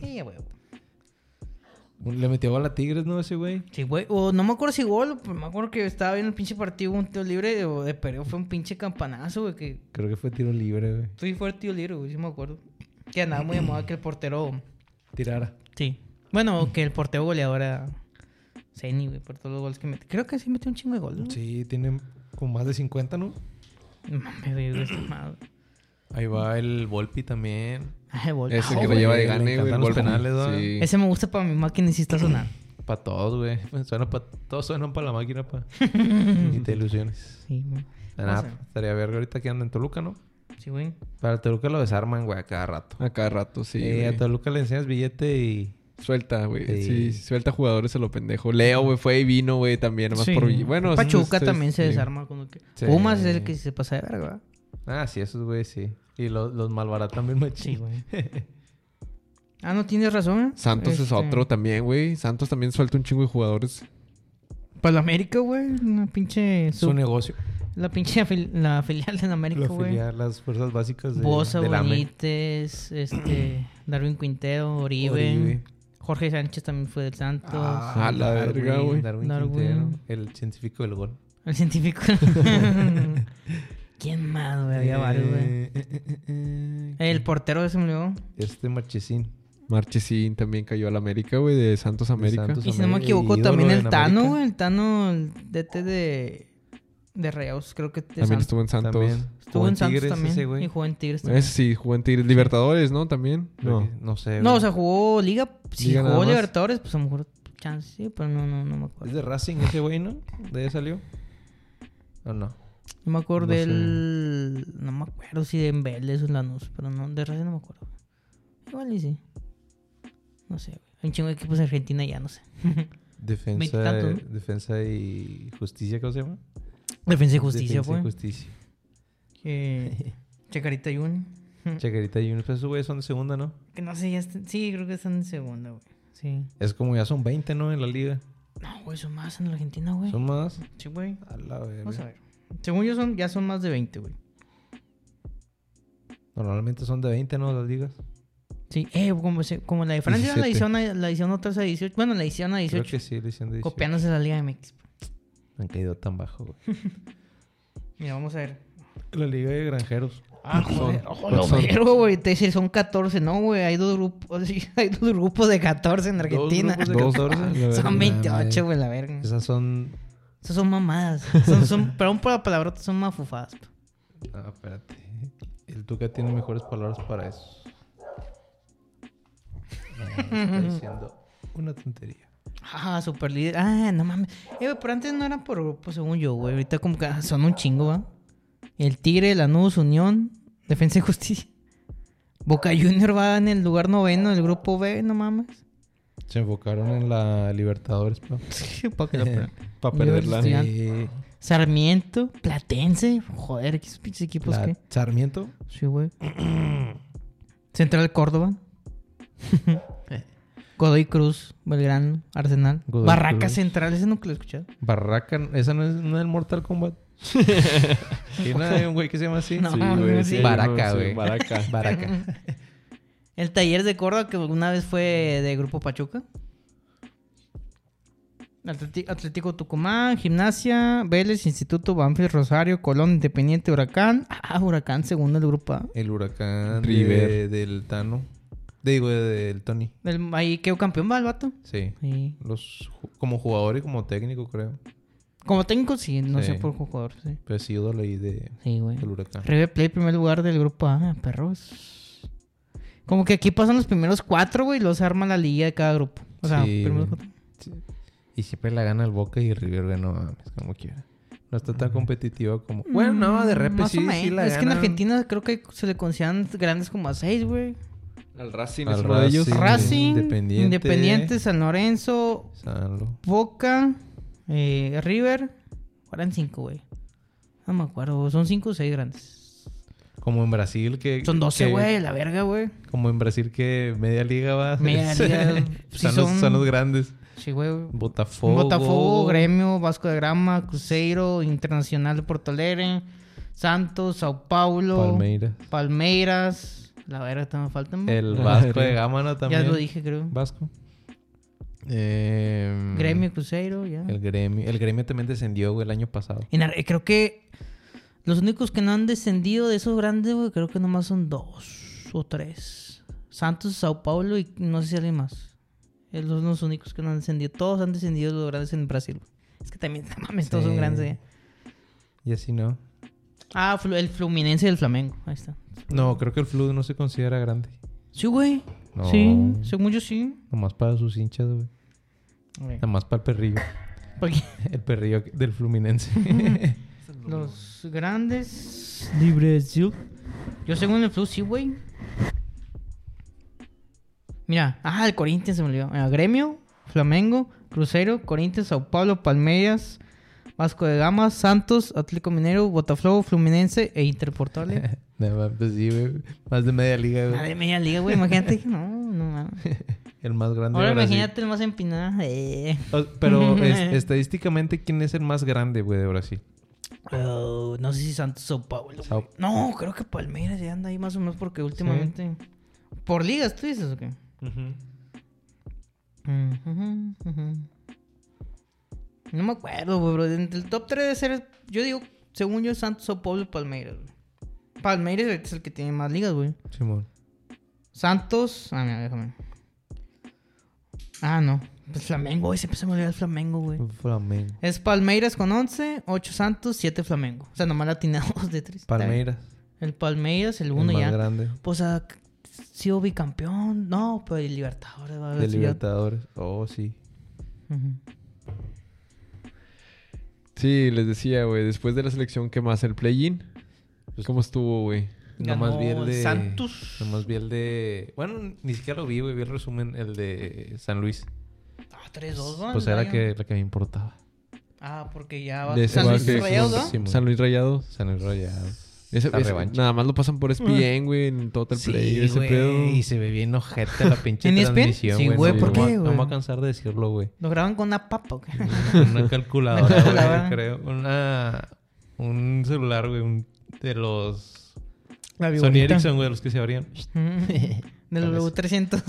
Speaker 3: Sí, güey.
Speaker 1: Le metió gol a Tigres, ¿no? Ese güey.
Speaker 3: Sí, güey. O no me acuerdo si gol, pero me acuerdo que estaba viendo el pinche partido, un tiro libre o de Pereo. Fue un pinche campanazo, güey, que
Speaker 1: Creo que fue tiro libre, güey.
Speaker 3: Sí, fue el tío Liro, güey, sí me acuerdo. Que andaba muy de moda que el portero.
Speaker 1: Tirara.
Speaker 3: Sí. Bueno, que el portero goleador era Zeni, güey, por todos los goles que metió. Creo que sí metió un chingo de goles. ¿no?
Speaker 1: Sí, tienen como más de 50, ¿no?
Speaker 3: No mames, güey, güey, esa madre.
Speaker 1: Ahí va el Volpi también.
Speaker 3: Ay, gol.
Speaker 2: Ese
Speaker 3: Ah,
Speaker 2: que lo
Speaker 3: güey.
Speaker 2: lleva de
Speaker 1: le
Speaker 2: gane, güey.
Speaker 1: encantan los
Speaker 2: el gol.
Speaker 1: penales, ¿no?
Speaker 2: Sí.
Speaker 3: Ese me gusta para mi máquina y sí está sonar.
Speaker 1: Para todos, güey. Suena pa- todos suenan para la máquina, pa. y te ilusiones.
Speaker 3: Sí, güey.
Speaker 1: Nada,
Speaker 3: Pasa.
Speaker 1: estaría verga ahorita que andan en Toluca, ¿no?
Speaker 3: Sí, güey.
Speaker 1: Para el Toluca lo desarman, güey, a cada rato.
Speaker 2: A cada rato, sí.
Speaker 1: Eh,
Speaker 2: güey.
Speaker 1: a Toluca le enseñas billete y...
Speaker 2: Suelta, güey.
Speaker 1: Sí.
Speaker 2: Sí. suelta jugadores a lo pendejo. Leo, güey, fue y vino, güey, también. Nomás
Speaker 3: Sí.
Speaker 2: por... Bueno, es-
Speaker 3: Pachuca
Speaker 2: es- es-
Speaker 3: también se
Speaker 2: sí.
Speaker 3: desarma cuando que.
Speaker 1: Sí.
Speaker 3: Pumas es el que se pasa de verga, ¿verdad?
Speaker 1: Ah, sí, esos güey, sí. Y los, los malbaratan bien machín.
Speaker 3: Sí, güey. Ah, no tienes razón. ¿eh?
Speaker 2: Santos es
Speaker 3: Este,
Speaker 2: otro también, güey. Santos también suelta un chingo de jugadores.
Speaker 3: Para pues la América, güey. Una pinche.
Speaker 1: Su negocio.
Speaker 3: La pinche afil- la filial en América,
Speaker 1: Lo
Speaker 3: güey.
Speaker 1: filial, las fuerzas básicas de,
Speaker 3: Bosa,
Speaker 1: del AME.
Speaker 3: Benítez, este, Darwin Quintero, Oribe,
Speaker 1: Oribe.
Speaker 3: Jorge Sánchez también fue del Santos,
Speaker 1: Ah,
Speaker 2: A la
Speaker 1: Darwin,
Speaker 2: verga, güey.
Speaker 1: Darwin
Speaker 3: Darwin.
Speaker 1: Quintero, el científico del gol.
Speaker 3: el científico. ¿Quién más, güey? Había varios, güey.
Speaker 1: Eh, eh, eh, eh, eh.
Speaker 3: El portero de Simuleo.
Speaker 1: Este Marchesín.
Speaker 2: Marchesín también cayó al América, güey, de Santos América.
Speaker 1: Santos.
Speaker 3: Y si no me
Speaker 1: América,
Speaker 3: equivoco,
Speaker 1: ídolo
Speaker 3: también
Speaker 1: en
Speaker 3: el Tano,
Speaker 1: América.
Speaker 3: güey. El Tano, el DT de, de Rayados, creo que de
Speaker 2: También
Speaker 3: Santos.
Speaker 2: estuvo en Santos.
Speaker 1: También.
Speaker 3: Estuvo en Santos
Speaker 1: Tigres
Speaker 3: también
Speaker 1: ese,
Speaker 3: y
Speaker 1: güey.
Speaker 3: jugó en Tigres también.
Speaker 2: Ese sí, jugó en Tigres. Libertadores, ¿no? También.
Speaker 1: Creo
Speaker 2: No.
Speaker 1: que- No sé.
Speaker 3: No,
Speaker 1: güey.
Speaker 3: o sea, jugó Liga, si
Speaker 1: Liga nada
Speaker 3: jugó
Speaker 1: más.
Speaker 3: Libertadores, pues a lo mejor chance, sí, pero no, no, no me acuerdo.
Speaker 1: Es de Racing ese güey, ¿no? ¿De ahí salió? ¿O no?
Speaker 3: No me acuerdo
Speaker 1: No sé.
Speaker 3: del. No me acuerdo si de Vélez o Lanús, pero no, de Racing no me acuerdo. Igual y sí. No sé, güey. Hay un chingo de equipos en Argentina y ya, no sé.
Speaker 1: Defensa,
Speaker 3: Veintitantos, ¿no?
Speaker 1: defensa y justicia, ¿cómo se llama?
Speaker 3: Defensa y Justicia,
Speaker 1: Defensa y
Speaker 3: güey.
Speaker 1: justicia.
Speaker 3: Eh, Chacarita Junior.
Speaker 1: Chacarita y Junior, pero esos güeyes son de segunda, ¿no?
Speaker 3: Que no sé, ya están- Sí, creo que están en segunda, güey. Sí.
Speaker 1: Es como ya son 20, ¿no? En la liga.
Speaker 3: No, güey, son más en la Argentina, güey.
Speaker 1: ¿Son más?
Speaker 3: Sí, güey.
Speaker 1: A la verga.
Speaker 3: Vamos a ver. Según yo, son, ya son más de 20, güey.
Speaker 1: Normalmente son de 20, ¿no? Las ligas.
Speaker 3: Sí, eh, como, se- como la de Francia la
Speaker 1: 17.
Speaker 3: hicieron, a- la hicieron otras a 18. Bueno, la hicieron a
Speaker 1: Creo
Speaker 3: 18.
Speaker 1: que sí, le hicieron de 18.
Speaker 3: Copiándose la Liga MX.
Speaker 1: Han caído tan bajo, güey.
Speaker 3: Mira, vamos a ver.
Speaker 1: La Liga de Granjeros.
Speaker 3: Ah,
Speaker 1: Son-
Speaker 3: joder,
Speaker 1: son-
Speaker 3: lo vergo, güey. Te dice, son 14. No, güey, hay dos grupos. sí, hay dos grupos de 14 en Argentina.
Speaker 1: grupos de
Speaker 2: Dos.
Speaker 1: 14, la
Speaker 3: Son
Speaker 1: verga.
Speaker 3: 28, güey, la verga.
Speaker 1: Esas son.
Speaker 3: Esas son mamadas. Son, son, perdón por la palabra, son pues. mafufadas.
Speaker 1: No, ah, espérate. El Tuca tiene mejores palabras para eso. Ah, está diciendo una tontería.
Speaker 3: Ah, super líder. Ah, no mames. Eh, güey, pero antes no eran por grupos, según yo, güey. Ahorita como que ah, son un chingo, ¿va? El Tigre, Lanús, Unión, Defensa y Justicia. Boca Junior va en el lugar noveno, el grupo B, no mames.
Speaker 1: Se enfocaron en la Libertadores, pa.
Speaker 3: Sí, pa' que la pruebe.
Speaker 2: Para
Speaker 3: Yo
Speaker 2: perderla.
Speaker 3: estoy-
Speaker 1: Eh,
Speaker 3: Sarmiento, Platense. Joder, Pues ¿qué esos pinches equipos
Speaker 1: la-
Speaker 3: que?
Speaker 1: Sarmiento.
Speaker 3: Sí, güey. Central Córdoba. Godoy Cruz, Belgrano, Arsenal.
Speaker 1: Godoy
Speaker 3: Barraca
Speaker 1: Cruz.
Speaker 3: Central, ese nunca lo he escuchado.
Speaker 1: Barraca. Esa no es una del Mortal Kombat. ¿Tiene un güey que se llama así?
Speaker 3: No,
Speaker 2: Sí, güey.
Speaker 3: sí.
Speaker 2: sí,
Speaker 1: Baraca,
Speaker 2: no, sí,
Speaker 1: güey.
Speaker 2: Baraca.
Speaker 1: Baraca.
Speaker 3: El taller de Córdoba que alguna vez fue de Grupo Pachuca. Atleti- Atlético Tucumán, Gimnasia, Vélez, Instituto, Banfield, Rosario, Colón, Independiente, Huracán. Ah, Huracán, segundo del grupo A.
Speaker 1: El huracán de-
Speaker 2: River.
Speaker 1: del Tano. Digo, del Tony.
Speaker 3: El- ahí quedó campeón, va el vato.
Speaker 1: Sí.
Speaker 3: Sí.
Speaker 1: Los, ju- como jugador y como técnico, creo.
Speaker 3: Como técnico, sí, no
Speaker 1: Sí.
Speaker 3: sé por jugador. Sí,
Speaker 1: Pero sí, yo leí de,
Speaker 3: sí güey.
Speaker 1: del huracán.
Speaker 3: River Play, primer lugar del grupo A, ah, perros. Como que aquí pasan los primeros cuatro, güey, y los arma la liga de cada grupo. O sea,
Speaker 1: Sí,
Speaker 3: primeros
Speaker 1: güey.
Speaker 3: cuatro.
Speaker 1: Y siempre la gana el Boca y River ganó, mames, como quiera. No está tan competitiva como... Bueno, no, de repente
Speaker 3: Más o
Speaker 1: sí, sí
Speaker 3: menos.
Speaker 1: la
Speaker 3: Es que en
Speaker 1: ganan.
Speaker 3: Argentina creo que se le consideran grandes como a seis, güey.
Speaker 2: Al Racing
Speaker 1: Al
Speaker 2: es uno de ellos.
Speaker 1: Sí,
Speaker 3: Racing,
Speaker 1: Independiente.
Speaker 3: Independiente. San Lorenzo,
Speaker 1: Sanlo.
Speaker 3: Boca, eh, River. Eran cinco, güey. No me acuerdo, son cinco o seis grandes.
Speaker 1: Como en Brasil que...
Speaker 3: Son doce,
Speaker 1: que-
Speaker 3: güey, la verga, güey.
Speaker 1: Como en Brasil que media liga va.
Speaker 3: Media liga, sí
Speaker 1: son, los,
Speaker 3: son-
Speaker 1: son los grandes.
Speaker 3: Sí, güey.
Speaker 1: Botafogo.
Speaker 3: Botafogo, Gremio, Vasco de Grama, Cruzeiro, Internacional de Porto Alegre, Santos, Sao Paulo,
Speaker 1: Palmeiras.
Speaker 3: Palmeiras. La verga, también faltan.
Speaker 1: El Vasco de Gámano también.
Speaker 3: Mm. ya lo dije, creo.
Speaker 1: Vasco. Eh,
Speaker 3: Gremio, Cruzeiro, ya.
Speaker 1: El gremio. El gremio también descendió, güey, el año pasado.
Speaker 3: En Ar- eh, creo que los únicos que no han descendido de esos grandes, güey, creo que nomás son dos o tres. Santos, Sao Paulo y no sé si alguien más. Eh, Los los únicos que no han descendido. Todos han descendido los grandes en Brasil. güey. Es que también, no mames, todos son
Speaker 1: Sí.
Speaker 3: grandes. ya.
Speaker 1: Y así no.
Speaker 3: Ah, Flu- el Fluminense y el Flamengo. Ahí está.
Speaker 1: No, creo que el Flu no se considera grande.
Speaker 3: Sí, güey.
Speaker 1: No.
Speaker 3: Sí, según yo sí.
Speaker 1: Nomás para sus hinchas, güey. Nada más para el perrillo.
Speaker 3: Porque
Speaker 1: El perrillo del Fluminense.
Speaker 3: los grandes libres yo. Yo según el Flu sí, güey. Mira, ah, el Corinthians se me olvidó. Mira, Gremio, Flamengo, Cruzeiro, Corinthians, Sao Paulo, Palmeiras, Vasco de Gama, Santos, Atlético Minero, Botafogo, Fluminense e Interportable.
Speaker 1: Nada más, pues sí, güey. Más de media liga, güey.
Speaker 3: Madre media liga, güey. Imagínate que no, no mames.
Speaker 1: El más grande
Speaker 3: Ahora
Speaker 1: de Brasil.
Speaker 3: imagínate el más empinado. Eh.
Speaker 1: O- Pero es- estadísticamente, ¿quién es el más grande, güey, de Brasil?
Speaker 3: Oh, no sé si Santos o Paulo.
Speaker 1: Sao-
Speaker 3: güey. No, creo que Palmeiras ya anda ahí más o menos porque últimamente. Por ligas, tú dices, ¿o qué? Ujú, ujú. No me acuerdo, güey, bro. Entre el top 3 de ser, yo digo, según yo, Santos o Paulo Palmeiras, güey. Palmeiras ahorita es el que tiene más ligas, güey.
Speaker 1: Simón.
Speaker 3: Santos. Ah, mira, déjame. Ah, no. Pues Flamengo, güey. Siempre se me olvida el Flamengo, güey.
Speaker 1: Flamengo.
Speaker 3: Es Palmeiras con 11, 8 Santos, 7 Flamengo. O sea, nomás latinados de 3.
Speaker 1: Palmeiras.
Speaker 3: El Palmeiras, el
Speaker 1: El
Speaker 3: 1
Speaker 1: más
Speaker 3: ya.
Speaker 1: grande.
Speaker 3: Pues ha sido bicampeón. No, pero el Libertadores va a
Speaker 1: De
Speaker 3: haber sido-
Speaker 1: Libertadores. Oh, sí.
Speaker 3: Ujú.
Speaker 2: Sí, les decía, güey. Después de la selección, ¿qué más? ¿El play-in?
Speaker 1: Pues,
Speaker 2: ¿Cómo estuvo, güey?
Speaker 1: Nomás vi
Speaker 3: Ganó
Speaker 1: el
Speaker 3: el
Speaker 1: de.
Speaker 3: Santos.
Speaker 1: Nomás vi el de. Bueno, ni siquiera lo vi, güey. Vi el resumen, el de San Luis.
Speaker 3: Ah, 3-2, ¿no?
Speaker 1: Pues
Speaker 3: El
Speaker 1: era la
Speaker 3: Bayern.
Speaker 1: que, la que me importaba.
Speaker 3: Ah, porque ya va.
Speaker 2: De ese
Speaker 3: San
Speaker 2: va
Speaker 3: Luis
Speaker 2: que-
Speaker 3: Rayados, ¿no?
Speaker 1: Sí, mon.
Speaker 2: San Luis Rayados.
Speaker 1: San Luis Rayado.
Speaker 2: Ese-
Speaker 1: La
Speaker 2: ese-
Speaker 1: revancha.
Speaker 2: nada más lo pasan
Speaker 3: Ah.
Speaker 2: por E ESPN, güey, en Total Play.
Speaker 1: Sí,
Speaker 2: ese
Speaker 1: güey.
Speaker 2: pedo.
Speaker 1: Y se ve bien ojete la pinche
Speaker 3: ¿En ESPN?
Speaker 1: transmisión,
Speaker 3: Sí,
Speaker 1: güey.
Speaker 3: güey,
Speaker 1: No
Speaker 2: ¿por
Speaker 1: me voy a-
Speaker 3: qué,
Speaker 1: No
Speaker 3: güey?
Speaker 1: me voy a cansar de decirlo, güey.
Speaker 3: Lo graban con una papa, ¿o qué?
Speaker 1: Una calculadora,
Speaker 3: Una
Speaker 1: güey,
Speaker 3: calculadora.
Speaker 1: creo. Una... Un celular, güey. un- De los...
Speaker 3: La
Speaker 1: Sony
Speaker 3: viborita.
Speaker 1: Ericsson, güey. Los que se abrían.
Speaker 3: Ujú. Del
Speaker 1: Tal vez.
Speaker 3: W300.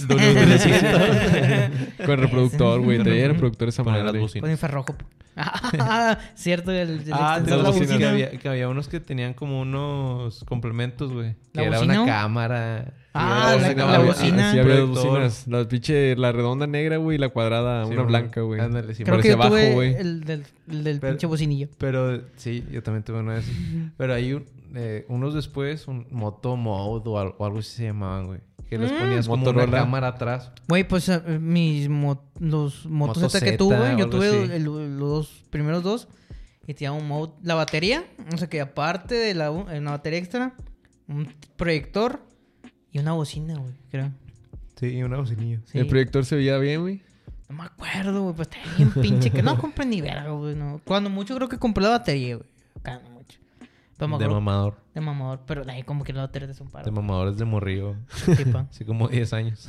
Speaker 1: W300.
Speaker 2: Con reproductor, güey. Traía reproductor esa
Speaker 1: Con
Speaker 2: manera.
Speaker 1: las
Speaker 2: de-
Speaker 3: Con
Speaker 1: bocinas.
Speaker 3: infrarrojo. Ah, Cierto, el, el
Speaker 1: Ah,
Speaker 3: extensor
Speaker 1: de las
Speaker 3: de la
Speaker 1: bocinas. Que
Speaker 3: bocina.
Speaker 1: había, que había unos que tenían como unos complementos, güey.
Speaker 3: ¿La
Speaker 1: Que era
Speaker 3: bocina?
Speaker 1: una cámara.
Speaker 3: Ah,
Speaker 1: Y
Speaker 3: la-
Speaker 1: una
Speaker 3: la
Speaker 1: había-
Speaker 3: bocina.
Speaker 2: Sí, había dos
Speaker 1: proyector.
Speaker 2: bocinas. La pinche, la redonda negra, güey, y la cuadrada,
Speaker 1: Sí,
Speaker 2: una blanca, güey.
Speaker 1: Ándale, sí,
Speaker 3: Creo
Speaker 1: pero-
Speaker 3: que yo
Speaker 2: Parecía
Speaker 3: tuve
Speaker 2: bajo, güey.
Speaker 3: el del, el del
Speaker 1: Pero-
Speaker 3: pinche bocinillo.
Speaker 1: Pero sí, yo también tuve una de esas. Pero hay un- eh, unos después, un Moto Mode o al- o algo así se llamaban, güey. Que les
Speaker 3: Mm.
Speaker 1: ponías como una
Speaker 2: Motorola.
Speaker 1: cámara atrás.
Speaker 3: Güey, pues eh, mis mo- los motos
Speaker 1: Moto
Speaker 3: Z que
Speaker 1: Z
Speaker 3: tuve,
Speaker 1: o
Speaker 3: yo
Speaker 1: algo
Speaker 3: tuve
Speaker 1: así.
Speaker 3: el- los dos- primeros dos y tenía un mod, la batería, o sea que aparte de la u- eh, una batería extra, un proyector y una bocina, güey, creo.
Speaker 1: Sí, y una bocinilla.
Speaker 3: Sí.
Speaker 2: El proyector se veía bien, güey.
Speaker 3: No me acuerdo, güey, pues tenía bien pinche que no compré ni verga, güey, no. Cuando mucho creo que compré la batería, güey. Acá no mucho. Pero me
Speaker 1: De
Speaker 3: acuerdo-
Speaker 1: mamador.
Speaker 3: de mamador, pero de ahí como que la batería es un paro.
Speaker 1: De mamadores de morrillo.
Speaker 3: Sí, pa.
Speaker 1: Así como 10 años.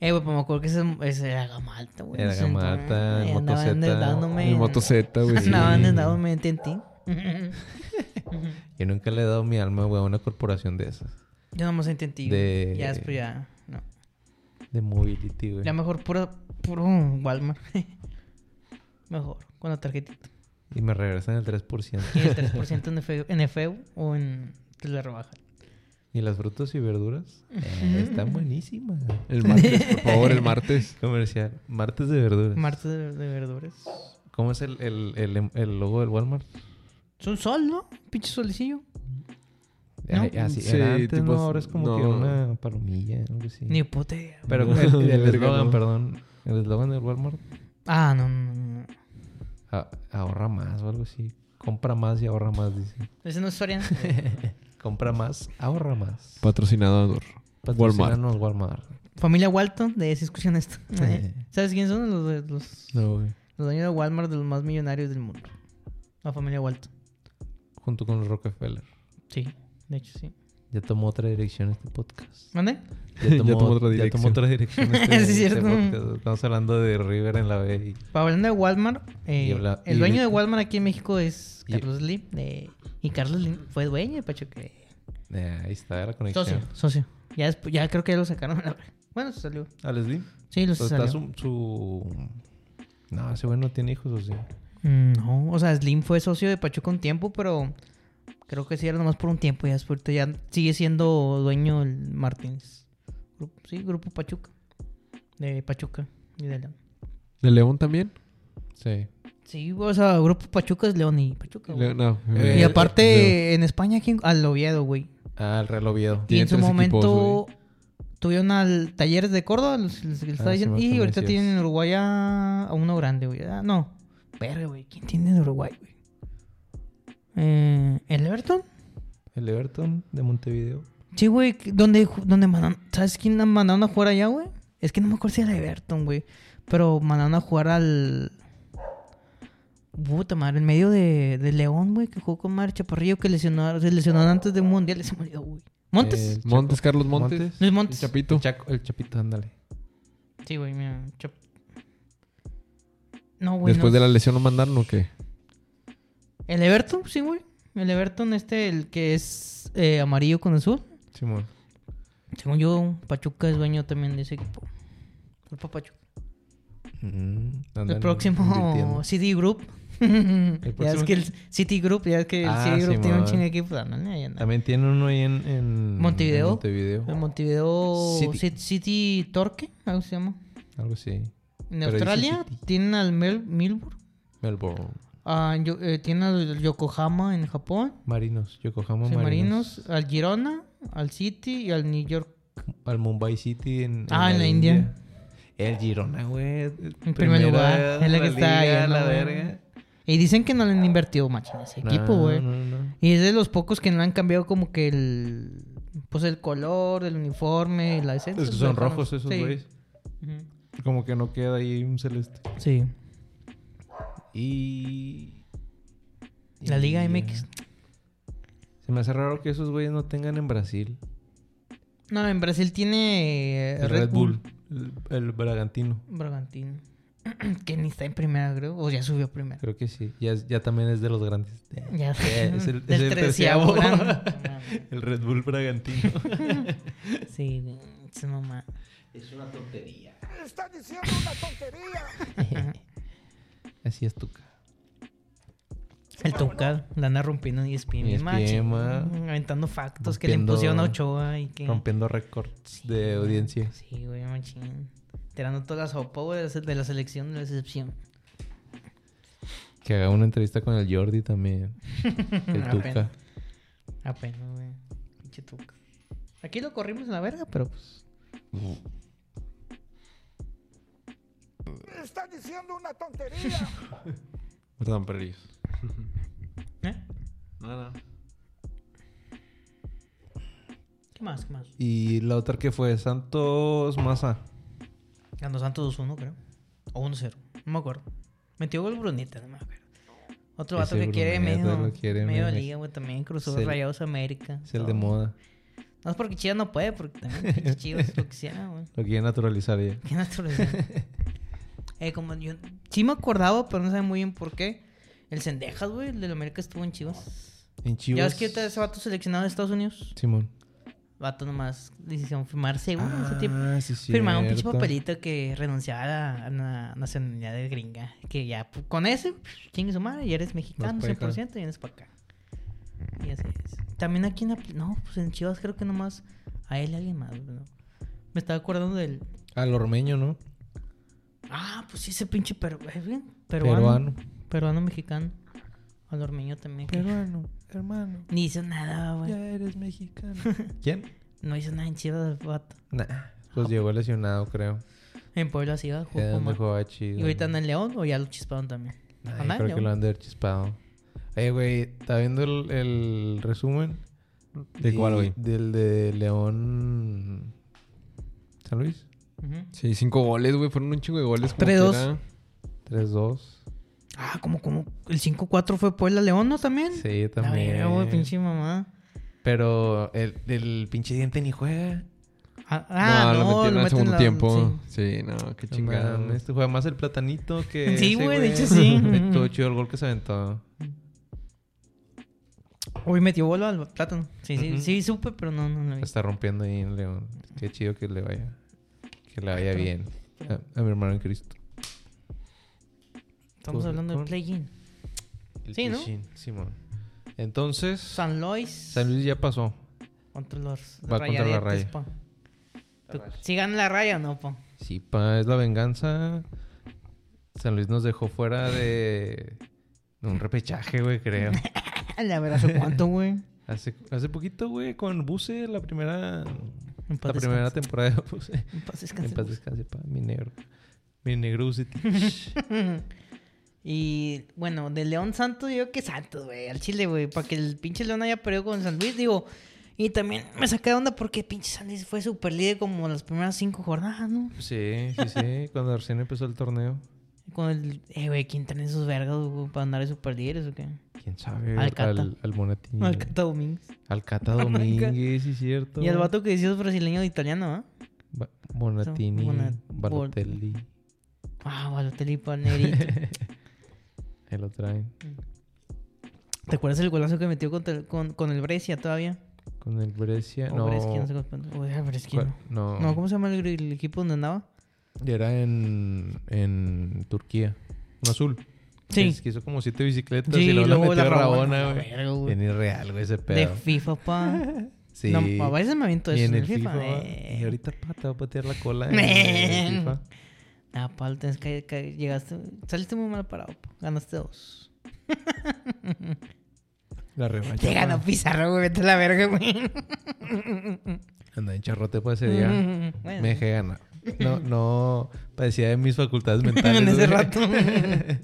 Speaker 3: Eh, güey, pues me acuerdo que ese, ese era Gamalta, güey.
Speaker 1: Era
Speaker 3: Ese entonces,
Speaker 1: Gamalta,
Speaker 3: eh,
Speaker 1: Moto
Speaker 3: andaban
Speaker 1: Z.
Speaker 3: endeudándome.
Speaker 2: El Moto Z, Ah, güey. sí.
Speaker 3: Andaban endeudándome en TNT.
Speaker 1: Yo nunca le he dado mi alma, güey, a una corporación de esas.
Speaker 3: Yo nomás en TNT. güey.
Speaker 1: De-
Speaker 3: Ya después ya. No.
Speaker 1: De mobility, güey.
Speaker 3: Ya mejor puro, puro Walmart. mejor, con la tarjetita.
Speaker 1: Y me regresan el 3%.
Speaker 3: Y el 3% en efeo, en efeo o en. Te la rebajan.
Speaker 1: ¿Y las frutas y verduras? Eh, están buenísimas.
Speaker 2: El martes, por favor, el martes.
Speaker 1: Comercial. Martes de
Speaker 2: Pues.
Speaker 1: verduras.
Speaker 3: Martes de, de verduras.
Speaker 1: ¿Cómo es el, el, el, em, el logo del Walmart?
Speaker 3: Es un sol, ¿no? Pinche solecillo. No. pues,
Speaker 1: Ay, Eh, Así
Speaker 2: Sí,
Speaker 1: era antes,
Speaker 2: tipo,
Speaker 1: ¿no? Ahora es como que
Speaker 2: no.
Speaker 1: una palomilla, algo así.
Speaker 3: Ni puta idea. güey.
Speaker 1: Pero
Speaker 2: No,
Speaker 1: el- el
Speaker 2: verga,
Speaker 1: eslogan,
Speaker 2: no.
Speaker 1: perdón. El eslogan del Walmart.
Speaker 3: Ah, no, no, no. no.
Speaker 1: a- ahorra más o algo así. Compra más y ahorra más, dice.
Speaker 3: Ese no es Soriana.
Speaker 1: Compra más, ahorra más.
Speaker 2: Patrocinador. Walmart.
Speaker 1: Patrocínanos Walmart.
Speaker 3: Familia Walton, de esa escuchan esto. ¿Sabes quiénes son? Los, de- los,
Speaker 1: No, güey.
Speaker 3: los dueños de Walmart, de los más millonarios del mundo. La familia Walton.
Speaker 1: Junto con los Rockefeller.
Speaker 3: Sí, de hecho, sí.
Speaker 1: Ya tomó otra dirección este podcast.
Speaker 3: ¿Mande?
Speaker 1: Ya tomó,
Speaker 2: otra
Speaker 1: ya tomó
Speaker 2: dirección.
Speaker 1: otra dirección este,
Speaker 3: Sí, es
Speaker 1: este
Speaker 3: cierto.
Speaker 1: podcast. Estamos hablando de River en la B.
Speaker 3: Pa- Hablando de Walmart, eh,
Speaker 1: Y habla-
Speaker 3: el
Speaker 1: y
Speaker 3: dueño de
Speaker 1: ahorita-
Speaker 3: Walmart aquí en México es
Speaker 1: Y-
Speaker 3: Carlos Slim. eh, y Carlos Slim fue dueño de Pachuca. eh,
Speaker 1: y- eh, ahí está la
Speaker 3: Socio,
Speaker 1: conexión.
Speaker 3: socio. Ya, despu- ya creo que ya lo sacaron. a la verga. Bueno, se salió.
Speaker 1: ¿A Ah, Leslie?
Speaker 3: Sí, lo
Speaker 1: Pero Pues Está
Speaker 3: salió.
Speaker 1: su, su- No, ese güey no tiene hijos, ¿o sí?
Speaker 3: Mm, No, o sea, Slim fue socio de Pachuca un tiempo, pero creo que sí era nomás por un tiempo. Ya, después ahorita ya sigue siendo dueño el Martínez. Grupo- sí, Grupo Pachuca. De Pachuca y de León.
Speaker 2: ¿De León también?
Speaker 1: Sí.
Speaker 3: Sí, o sea, Grupo Pachuca es León y Pachuca. güey.
Speaker 2: León, no.
Speaker 1: Eh,
Speaker 3: y
Speaker 2: Eh,
Speaker 3: aparte, en España, ¿quién? Al Oviedo, güey.
Speaker 1: Ah, el reloj Oviedo.
Speaker 3: Y
Speaker 2: Tiene
Speaker 3: en su
Speaker 2: tres
Speaker 3: momento
Speaker 2: equipos,
Speaker 3: tuvieron al Talleres de Córdoba, los- los que les
Speaker 1: Ah,
Speaker 3: estaba
Speaker 1: sí,
Speaker 3: diciendo,
Speaker 1: me
Speaker 3: y
Speaker 1: acuerdo,
Speaker 3: ahorita
Speaker 1: sí
Speaker 3: tienen
Speaker 1: es.
Speaker 3: en Uruguay a, a uno grande, güey. Ah, no, verga, güey. ¿Quién tiene en Uruguay, güey? Eh, ¿El Everton?
Speaker 1: El Everton de Montevideo.
Speaker 3: Sí, güey, donde, donde mandaron, ¿sabes quién la mandaron a jugar allá, güey? Es que no me acuerdo si era Everton, güey. Pero mandaron a jugar al. Puta madre, en medio de, de León, güey, que jugó con Mar Chaparrillo, que lesionó, se lesionaron antes de un mundial y se murió, güey. ¿Montes?
Speaker 1: El
Speaker 2: Montes,
Speaker 1: Chaco.
Speaker 2: Carlos Montes.
Speaker 1: Montes.
Speaker 3: Luis
Speaker 2: El
Speaker 3: Montes.
Speaker 2: Chapito.
Speaker 1: El, Chaco- el Chapito, ándale.
Speaker 3: Sí, güey, mira. Chap- No, güey.
Speaker 2: Después
Speaker 3: no.
Speaker 2: de la lesión lo mandaron o qué?
Speaker 3: El Everton, sí, güey. El Everton, este, el que es eh, amarillo con azul.
Speaker 1: Simón.
Speaker 3: Según yo, Pachuca es dueño también de ese equipo. Grupo Pachuca.
Speaker 1: Mm,
Speaker 3: El próximo City Group. ya es
Speaker 1: próximo-
Speaker 3: que el City Group, ya es que el
Speaker 1: Ah,
Speaker 3: City Group tiene un
Speaker 1: Simón.
Speaker 3: chingo de equipos. Ah, Ándale, ahí anda.
Speaker 1: También tiene uno ahí en, en-
Speaker 3: Montevideo. Em
Speaker 1: en Montevideo.
Speaker 3: El Montevideo
Speaker 1: City.
Speaker 3: City, City Torque, algo se llama.
Speaker 1: Algo así.
Speaker 3: En
Speaker 1: Pero dice
Speaker 3: Australia
Speaker 1: City.
Speaker 3: tienen al Mel- Melbourne.
Speaker 1: Melbourne.
Speaker 3: Ah, en Yo- eh, tienen al Yokohama en Japón.
Speaker 1: Marinos. Yokohama
Speaker 3: Sí,
Speaker 1: Marinos.
Speaker 3: Marinos, al Girona, al City y al New York.
Speaker 1: Al Mumbai City en,
Speaker 3: Ah, en la India.
Speaker 1: El Girona, güey.
Speaker 3: En primer lugar, es la que está ahí,
Speaker 1: a la
Speaker 3: ¿no?
Speaker 1: verga.
Speaker 3: Y dicen que no le han invertido macho a ese equipo,
Speaker 1: No,
Speaker 3: güey.
Speaker 1: No, no.
Speaker 3: Y es de los pocos que no han cambiado como que el... Pues el color, el uniforme, la esencia.
Speaker 1: Es que son
Speaker 3: güey,
Speaker 1: rojos esos
Speaker 3: sí.
Speaker 1: güeyes.
Speaker 3: Ujú.
Speaker 1: Como que no queda ahí un celeste.
Speaker 3: Sí.
Speaker 1: Y.
Speaker 3: La Liga
Speaker 1: y eh, ya.
Speaker 3: MX.
Speaker 1: Se me hace raro que esos güeyes no tengan en Brasil.
Speaker 3: No, en Brasil tiene eh,
Speaker 1: El Red Bull. El, el Bragantino.
Speaker 3: Bragantino. que ni está en primera, creo. O ya subió a primera.
Speaker 1: Creo que sí. Ya, es- ya también es de los grandes.
Speaker 3: Ya
Speaker 1: Eh,
Speaker 3: sé.
Speaker 1: es el- es
Speaker 3: Del
Speaker 1: el treceavo.
Speaker 3: treceavo. grande. No mames.
Speaker 1: El Red Bull Bragantino.
Speaker 3: Sí, güey, es mamá.
Speaker 1: es una tontería.
Speaker 4: Está diciendo una tontería.
Speaker 1: Así es Tuca.
Speaker 3: El Tucal, la anda rompiendo E y ESPN. bien
Speaker 1: ESPN,
Speaker 3: macho.
Speaker 1: ma.
Speaker 3: Aventando factos que le
Speaker 1: Rompiendo-
Speaker 3: impusieron a Ochoa y que...
Speaker 1: Rompiendo récords de audiencia.
Speaker 3: Sí, güey, machín. Tirando toda la sopa, güey, de la se- de la selección de la excepción.
Speaker 1: Que haga una entrevista con el Jordi también. El
Speaker 3: Apenas.
Speaker 1: Tuca.
Speaker 3: Apenas, güey. Pinche Tuca. Aquí lo corrimos en la verga, pero pues...
Speaker 4: Está diciendo una tontería.
Speaker 2: Perdón, perdí.
Speaker 3: ¿eh?
Speaker 2: No, no.
Speaker 3: ¿Qué más? ¿Qué más?
Speaker 1: Y la otra que fue Santos Maza.
Speaker 3: Ganó Santos 2-1, creo. O 1-0. No me acuerdo. Metió gol Bruneta, no me acuerdo. Otro vato
Speaker 1: Ese
Speaker 3: que quiere
Speaker 1: Bruneta
Speaker 3: medio,
Speaker 1: lo quiere,
Speaker 3: medio
Speaker 1: me-
Speaker 3: liga, güey. También cruzó
Speaker 1: Es el-
Speaker 3: Rayados América.
Speaker 1: Es el
Speaker 3: todo.
Speaker 1: de moda.
Speaker 3: No es porque Chivas no puede, porque también pinche Chivas lo quisiera, güey.
Speaker 1: Lo quiere naturalizar ya.
Speaker 3: Qué naturaleza. eh, como yo... Sí me acordaba, pero no sabía muy bien por qué. El Cendejas, güey, el de la América estuvo en Chivas.
Speaker 1: En Chivas.
Speaker 3: Ya ves que ahorita ese vato seleccionado de Estados Unidos.
Speaker 1: Simón.
Speaker 3: Vato nomás decisión firmarse, güey.
Speaker 1: Ah,
Speaker 3: ese tipo.
Speaker 1: sí, sí.
Speaker 3: Firmaba un pinche papelito que renunciaba a la, a la nacionalidad de gringa. Que ya pu- con ese, chingue su madre, ya eres mexicano
Speaker 1: Vas pa' acá.
Speaker 3: 100% y vienes para acá. Y así es. También aquí en. la- No, pues en Chivas creo que nomás a él y a alguien más, ¿no? Me estaba acordando del.
Speaker 1: Al ormeño, ¿no?
Speaker 3: Ah, pues sí, ese pinche peru... ¿es bien? peruano. Peruano.
Speaker 1: Peruano.
Speaker 3: mexicano. Al ormeño también. que
Speaker 1: Peruano, hermano.
Speaker 3: Ni hizo nada, güey.
Speaker 1: eres mexicano. ¿Quién?
Speaker 3: No hizo nada en Chivas, vato.
Speaker 1: Nah.
Speaker 3: Ah,
Speaker 1: Pues llegó lesionado, creo.
Speaker 3: En Puebla sí iba, jugó
Speaker 1: Ya
Speaker 3: como-
Speaker 1: donde jugaba chido.
Speaker 3: Y ahorita anda en León o ya lo chisparon también.
Speaker 1: Ay,
Speaker 3: Anda
Speaker 1: creo
Speaker 3: en
Speaker 1: que
Speaker 3: León.
Speaker 1: lo han de haber chispado. Oye, güey, ¿está viendo el, el resumen?
Speaker 2: ¿De cuál,
Speaker 1: Y-
Speaker 2: güey?
Speaker 1: Del de León. ¿San Luis?
Speaker 3: Ujú.
Speaker 2: Sí, cinco goles, güey. Fueron un chingo de goles. como
Speaker 3: 3-2.
Speaker 2: quiera.
Speaker 1: 3-2.
Speaker 3: Ah, como, como el 5-4 fue Puebla León, ¿no? También.
Speaker 1: Sí,
Speaker 3: La
Speaker 1: también.
Speaker 3: verga, güey, pinche mamá.
Speaker 1: Pero el, el pinche diente ni juega.
Speaker 3: Ah, ah, no,
Speaker 2: lo metieron
Speaker 3: lo
Speaker 2: al
Speaker 3: meten
Speaker 2: segundo
Speaker 3: la-
Speaker 2: tiempo.
Speaker 3: sí.
Speaker 2: Sí. no, qué
Speaker 1: Chingada.
Speaker 2: chingada.
Speaker 1: Este juega más el platanito que.
Speaker 3: Sí,
Speaker 1: ese
Speaker 3: güey, de hecho sí.
Speaker 1: Estuvo chido el gol que se aventó.
Speaker 3: Uy, metió bola al plátano. Sí, sí,
Speaker 1: Ujú. Pues,
Speaker 3: sí, supe, pero no, no lo
Speaker 1: La
Speaker 3: vi.
Speaker 1: está rompiendo ahí en León. Qué chido que le vaya. Que le vaya bien. A, a mi hermano en Cristo.
Speaker 3: Estamos
Speaker 1: Corre,
Speaker 3: hablando del
Speaker 1: corre.
Speaker 3: play-in.
Speaker 1: El
Speaker 3: Sí, ¿no?
Speaker 1: Pichín, Simón. Entonces, San...
Speaker 3: San Lois
Speaker 1: Luis ya pasó.
Speaker 3: contra los
Speaker 1: Va contra la
Speaker 3: rayadetes,
Speaker 1: raya.
Speaker 3: pa. Tú- ¿Sí gana la raya o no, po?
Speaker 1: Sí, pa, es la venganza. San Luis nos dejó fuera de de un repechaje, güey, creo.
Speaker 3: La verdad, ¿hace cuánto, güey?
Speaker 1: Hace, hace poquito, güey, con Buse, la primera,
Speaker 3: En paz
Speaker 1: la primera
Speaker 3: descanse.
Speaker 1: temporada de Buse.
Speaker 3: En paz descanse.
Speaker 1: En paz descanse, pa, mi negro. Mi negro Buse.
Speaker 3: Y bueno, de León Santos, yo que Santos, güey, al Chile, güey, para que el pinche León haya perdido con San Luis, digo. Y también me saqué de onda porque pinche San Luis fue super líder como las primeras cinco jornadas, ¿no?
Speaker 1: Sí, sí, sí, cuando recién empezó el torneo.
Speaker 3: Con el. Eh, güey, ¿quién traen esos vergas güey, para andar de super líderes o qué?
Speaker 1: ¿Quién sabe?
Speaker 3: Alcata.
Speaker 1: Al, al Monetín.
Speaker 3: Al Cata Domínguez.
Speaker 1: Alcata Domínguez, sí, cierto.
Speaker 3: Y el vato que decía es brasileño de italiano, ¿ah?
Speaker 1: Ba- Bonatini,
Speaker 3: Bona-
Speaker 1: Balotelli.
Speaker 3: Ah, Balotelli para Negrito.
Speaker 1: Ahí lo traen.
Speaker 3: ¿Te acuerdas el golazo que metió contra el- con, con el Brescia todavía?
Speaker 1: Con el Brescia.
Speaker 3: O
Speaker 1: Eh, no.
Speaker 3: Brescia, no sé cómo- o era Brescia,
Speaker 1: ¿Cuál?
Speaker 3: no.
Speaker 1: No.
Speaker 3: No, ¿cómo se llama el, el equipo donde andaba?
Speaker 1: Era en, en Turquía. Un azul.
Speaker 3: Sí.
Speaker 1: Es que hizo como siete bicicletas
Speaker 3: Sí,
Speaker 1: y luego, la
Speaker 3: luego
Speaker 1: metió
Speaker 3: la
Speaker 1: a
Speaker 3: Rabona,
Speaker 1: Rabona,
Speaker 3: la verga, güey.
Speaker 1: güey. Bien irreal, güey, ese
Speaker 3: De
Speaker 1: pedo.
Speaker 3: FIFA, pa.
Speaker 1: Sí.
Speaker 3: No, a veces me aviento eso
Speaker 1: y en
Speaker 3: en
Speaker 1: el
Speaker 3: FIFA.
Speaker 1: FIFA.
Speaker 3: eh.
Speaker 1: Y ahorita pa, te va a patear la cola en el FIFA.
Speaker 3: Ah, Pablo, tienes que, que llegaste. Saliste muy mal parado, pa. ganaste dos.
Speaker 1: La revancha.
Speaker 3: Te ganó
Speaker 1: pa.
Speaker 3: Pizarro, güey, vete a la verga, güey. pues.
Speaker 1: Anda en charrote para ese día.
Speaker 3: Bueno.
Speaker 1: Me dejé ganar. No, no. Padecía de mis facultades mentales.
Speaker 3: en ese
Speaker 1: güey.
Speaker 3: rato.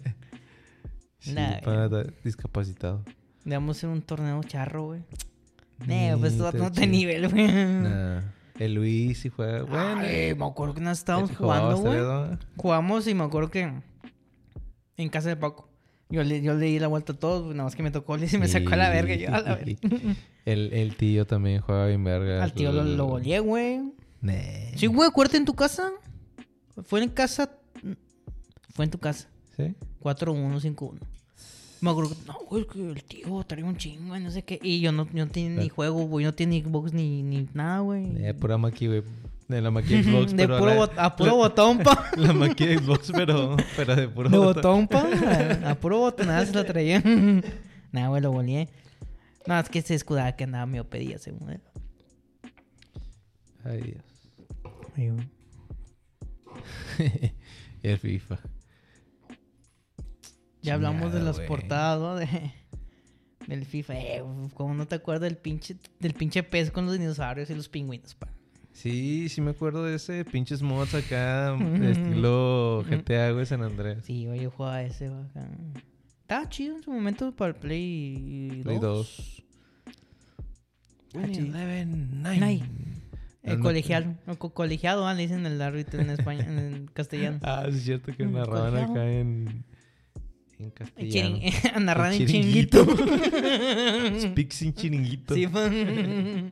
Speaker 1: Sí,
Speaker 3: Nah,
Speaker 1: pa, da- discapacitado.
Speaker 3: Le vamos a hacer un torneo charro, güey. Eh, pues
Speaker 1: Ni
Speaker 3: tú
Speaker 1: tan
Speaker 3: no te
Speaker 1: chido.
Speaker 3: nivel, güey.
Speaker 1: Nah. El Luis sí juega. Bueno.
Speaker 3: Ay, me acuerdo que nos estábamos
Speaker 1: él jugaba
Speaker 3: jugando, güey.
Speaker 1: bastante, ¿no?
Speaker 3: Jugamos y me acuerdo que en casa de Paco. Yo le, yo le di la vuelta a todos, güey, nada más que me tocó Luis y me sacó a la verga. Yo a la verga.
Speaker 1: El, el tío también juega bien verga.
Speaker 3: Al tío lo, lo goleé, güey.
Speaker 1: Nah.
Speaker 3: Sí, güey, acuérdate en tu casa. Fue en casa. Fue en tu casa.
Speaker 1: ¿Sí?
Speaker 3: 4-1-5-1. Me acuerdo que, no, güey, que el tío trae un chingo, y no sé qué. Y yo no, yo no tenía ni juego, güey, no tenía ni Xbox ni, ni nada, güey.
Speaker 1: De pura maqui, güey. De la maqui Xbox,
Speaker 3: De
Speaker 1: pero a
Speaker 3: puro
Speaker 1: la-
Speaker 3: bot- a puro botón, pa.
Speaker 1: La maqui Xbox, pero, pero de puro
Speaker 3: De
Speaker 1: botón.
Speaker 3: botón, pa. A puro botonada se la traía. Nada, güey, lo goleé. No, es que se escudaba que andaba miopedía, según él.
Speaker 1: Ay, Dios.
Speaker 3: Ay, güey.
Speaker 1: y el FIFA.
Speaker 3: Ya hablamos de
Speaker 1: Chingada,
Speaker 3: las
Speaker 1: güey.
Speaker 3: portadas, ¿no? De, del FIFA. Eh, uf, ¿Cómo no te acuerdas del pinche, del pinche pez con los dinosaurios y los pingüinos, pa?
Speaker 1: Sí, sí me acuerdo de ese pinches mods acá, estilo GTA, güey, San Andrés.
Speaker 3: Sí, güey, yo jugaba ese, güey, acá. Estaba chido en su momento para el Play,
Speaker 1: Play
Speaker 3: 2. Ah, chido.
Speaker 5: Eleven,
Speaker 3: Nay.
Speaker 5: nine.
Speaker 3: El
Speaker 1: Ando-
Speaker 3: colegial. o co- colegiado, ah, le dicen el árbitro en español, en el castellano.
Speaker 1: Ah, sí es cierto que
Speaker 3: Mm,
Speaker 1: narraban
Speaker 3: colegiado.
Speaker 1: acá en, en
Speaker 3: El
Speaker 1: castellano.
Speaker 3: chiring- narrar
Speaker 1: El
Speaker 3: en chinguito.
Speaker 1: Speak sin chiringuito.
Speaker 3: Sí, pues. fue-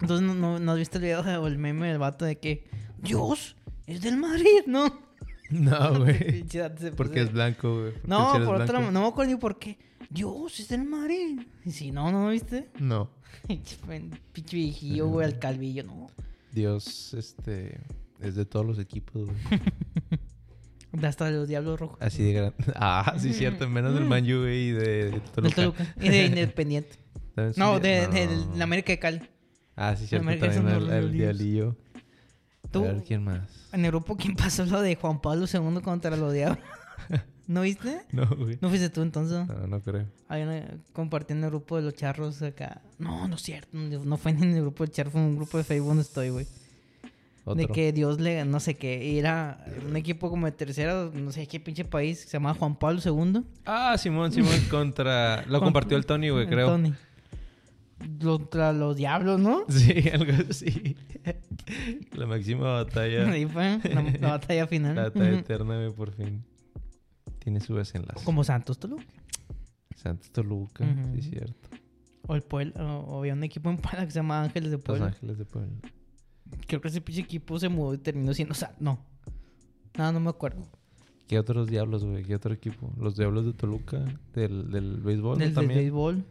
Speaker 3: Entonces, ¿no, no, ¿no has visto el video de- o el meme del vato de que Dios es del Madrid, ¿no?
Speaker 1: No, güey.
Speaker 3: Pinche vato se puso-
Speaker 1: Porque es blanco, güey. porque
Speaker 3: No,
Speaker 1: si eres
Speaker 3: por otra,
Speaker 1: blanco-
Speaker 3: no me acuerdo ni por qué. Dios es del Madrid. Y si no, ¿no viste?
Speaker 1: No.
Speaker 3: Pinche viejillo, güey, al calvillo, no.
Speaker 1: Dios, este. Es de todos los equipos, güey.
Speaker 3: Hasta de los Diablos Rojos.
Speaker 1: Así de grande. Ah, sí, cierto. Menos del Man U, güey, y de, de Toluca.
Speaker 3: Del Toluca. Y de Independiente.
Speaker 1: También son
Speaker 3: No,
Speaker 1: di-
Speaker 3: de,
Speaker 1: no.
Speaker 3: de la América de Cali.
Speaker 1: Ah, sí, cierto.
Speaker 3: América
Speaker 1: También
Speaker 3: son
Speaker 1: el,
Speaker 3: los
Speaker 1: el
Speaker 3: Lolillos.
Speaker 1: Diablillo. A
Speaker 3: Tú-
Speaker 1: ver, ¿quién más?
Speaker 3: En Europa, ¿quién pasó lo de Juan Pablo II contra los Diablos? ¿No viste?
Speaker 1: No, güey.
Speaker 3: ¿No fuiste tú entonces?
Speaker 1: No, no creo.
Speaker 3: Ahí en- compartí en el grupo de los charros acá. No, no es cierto. No no fue ni en el grupo de charros, fue en un grupo de Facebook donde estoy, güey.
Speaker 1: Otro.
Speaker 3: De que Dios le, no sé qué, y era un equipo como de tercera, no sé qué pinche país, se llamaba Juan Pablo II.
Speaker 1: Ah, Simón, Simón contra. Lo
Speaker 3: Con-
Speaker 1: compartió el Tony, güey,
Speaker 3: el
Speaker 1: creo.
Speaker 3: Tony. Contra los diablos, ¿no?
Speaker 1: Sí, algo así. La máxima batalla.
Speaker 3: Ahí fue la, la batalla final.
Speaker 1: La batalla
Speaker 3: Ujú.
Speaker 1: eterna, güey, por fin. Tiene su desenlace.
Speaker 3: Como Santos Toluca.
Speaker 1: Santos Toluca,
Speaker 3: Ujú.
Speaker 1: sí, cierto.
Speaker 3: O el Puebla, o, o había un equipo en Puebla que se llamaba Ángeles de
Speaker 1: Los
Speaker 3: Puebla.
Speaker 1: Ángeles de Puebla.
Speaker 3: Creo que ese pinche equipo se mudó y terminó siendo, o sea, no. No, no me acuerdo.
Speaker 1: ¿Qué otros diablos, güey? ¿Qué otro equipo? Los diablos de Toluca, del, del béisbol
Speaker 3: Del,
Speaker 1: ¿no?
Speaker 3: del
Speaker 1: también.
Speaker 3: béisbol,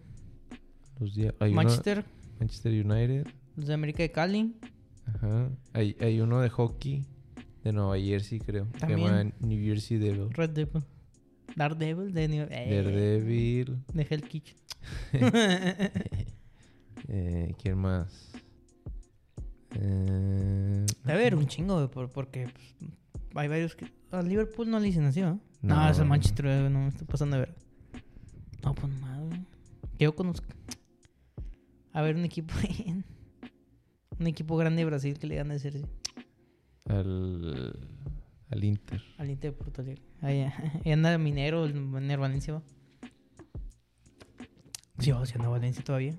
Speaker 1: Los dia- hay uno-
Speaker 3: Manchester,
Speaker 1: Manchester United.
Speaker 3: los de América de Cali.
Speaker 1: Ajá. Hay, hay uno de hockey de Nueva Jersey, creo. que Se llama
Speaker 3: También.
Speaker 1: New Jersey Devil.
Speaker 3: Red Devil. Daredevil de New eh,
Speaker 1: Daredevil.
Speaker 3: De Hell Kitchen.
Speaker 1: Eh, ¿Quién más? Eh,
Speaker 3: Debe haber un chingo, güey, por- porque pues, hay varios que. A Liverpool no le dicen así, ¿no? No,
Speaker 1: No.
Speaker 3: es el Manchester, güey, no me estoy pasando de ver. No, pues nada, güey. Que yo conozca. A ver, un equipo. en- un equipo grande de Brasil que le gana el Cersei
Speaker 1: al, al Inter.
Speaker 3: al Inter de Porto Alegre. Ahí, ahí anda Minero, el Minero Valencia, va. Sí, va, sí anda Valencia todavía.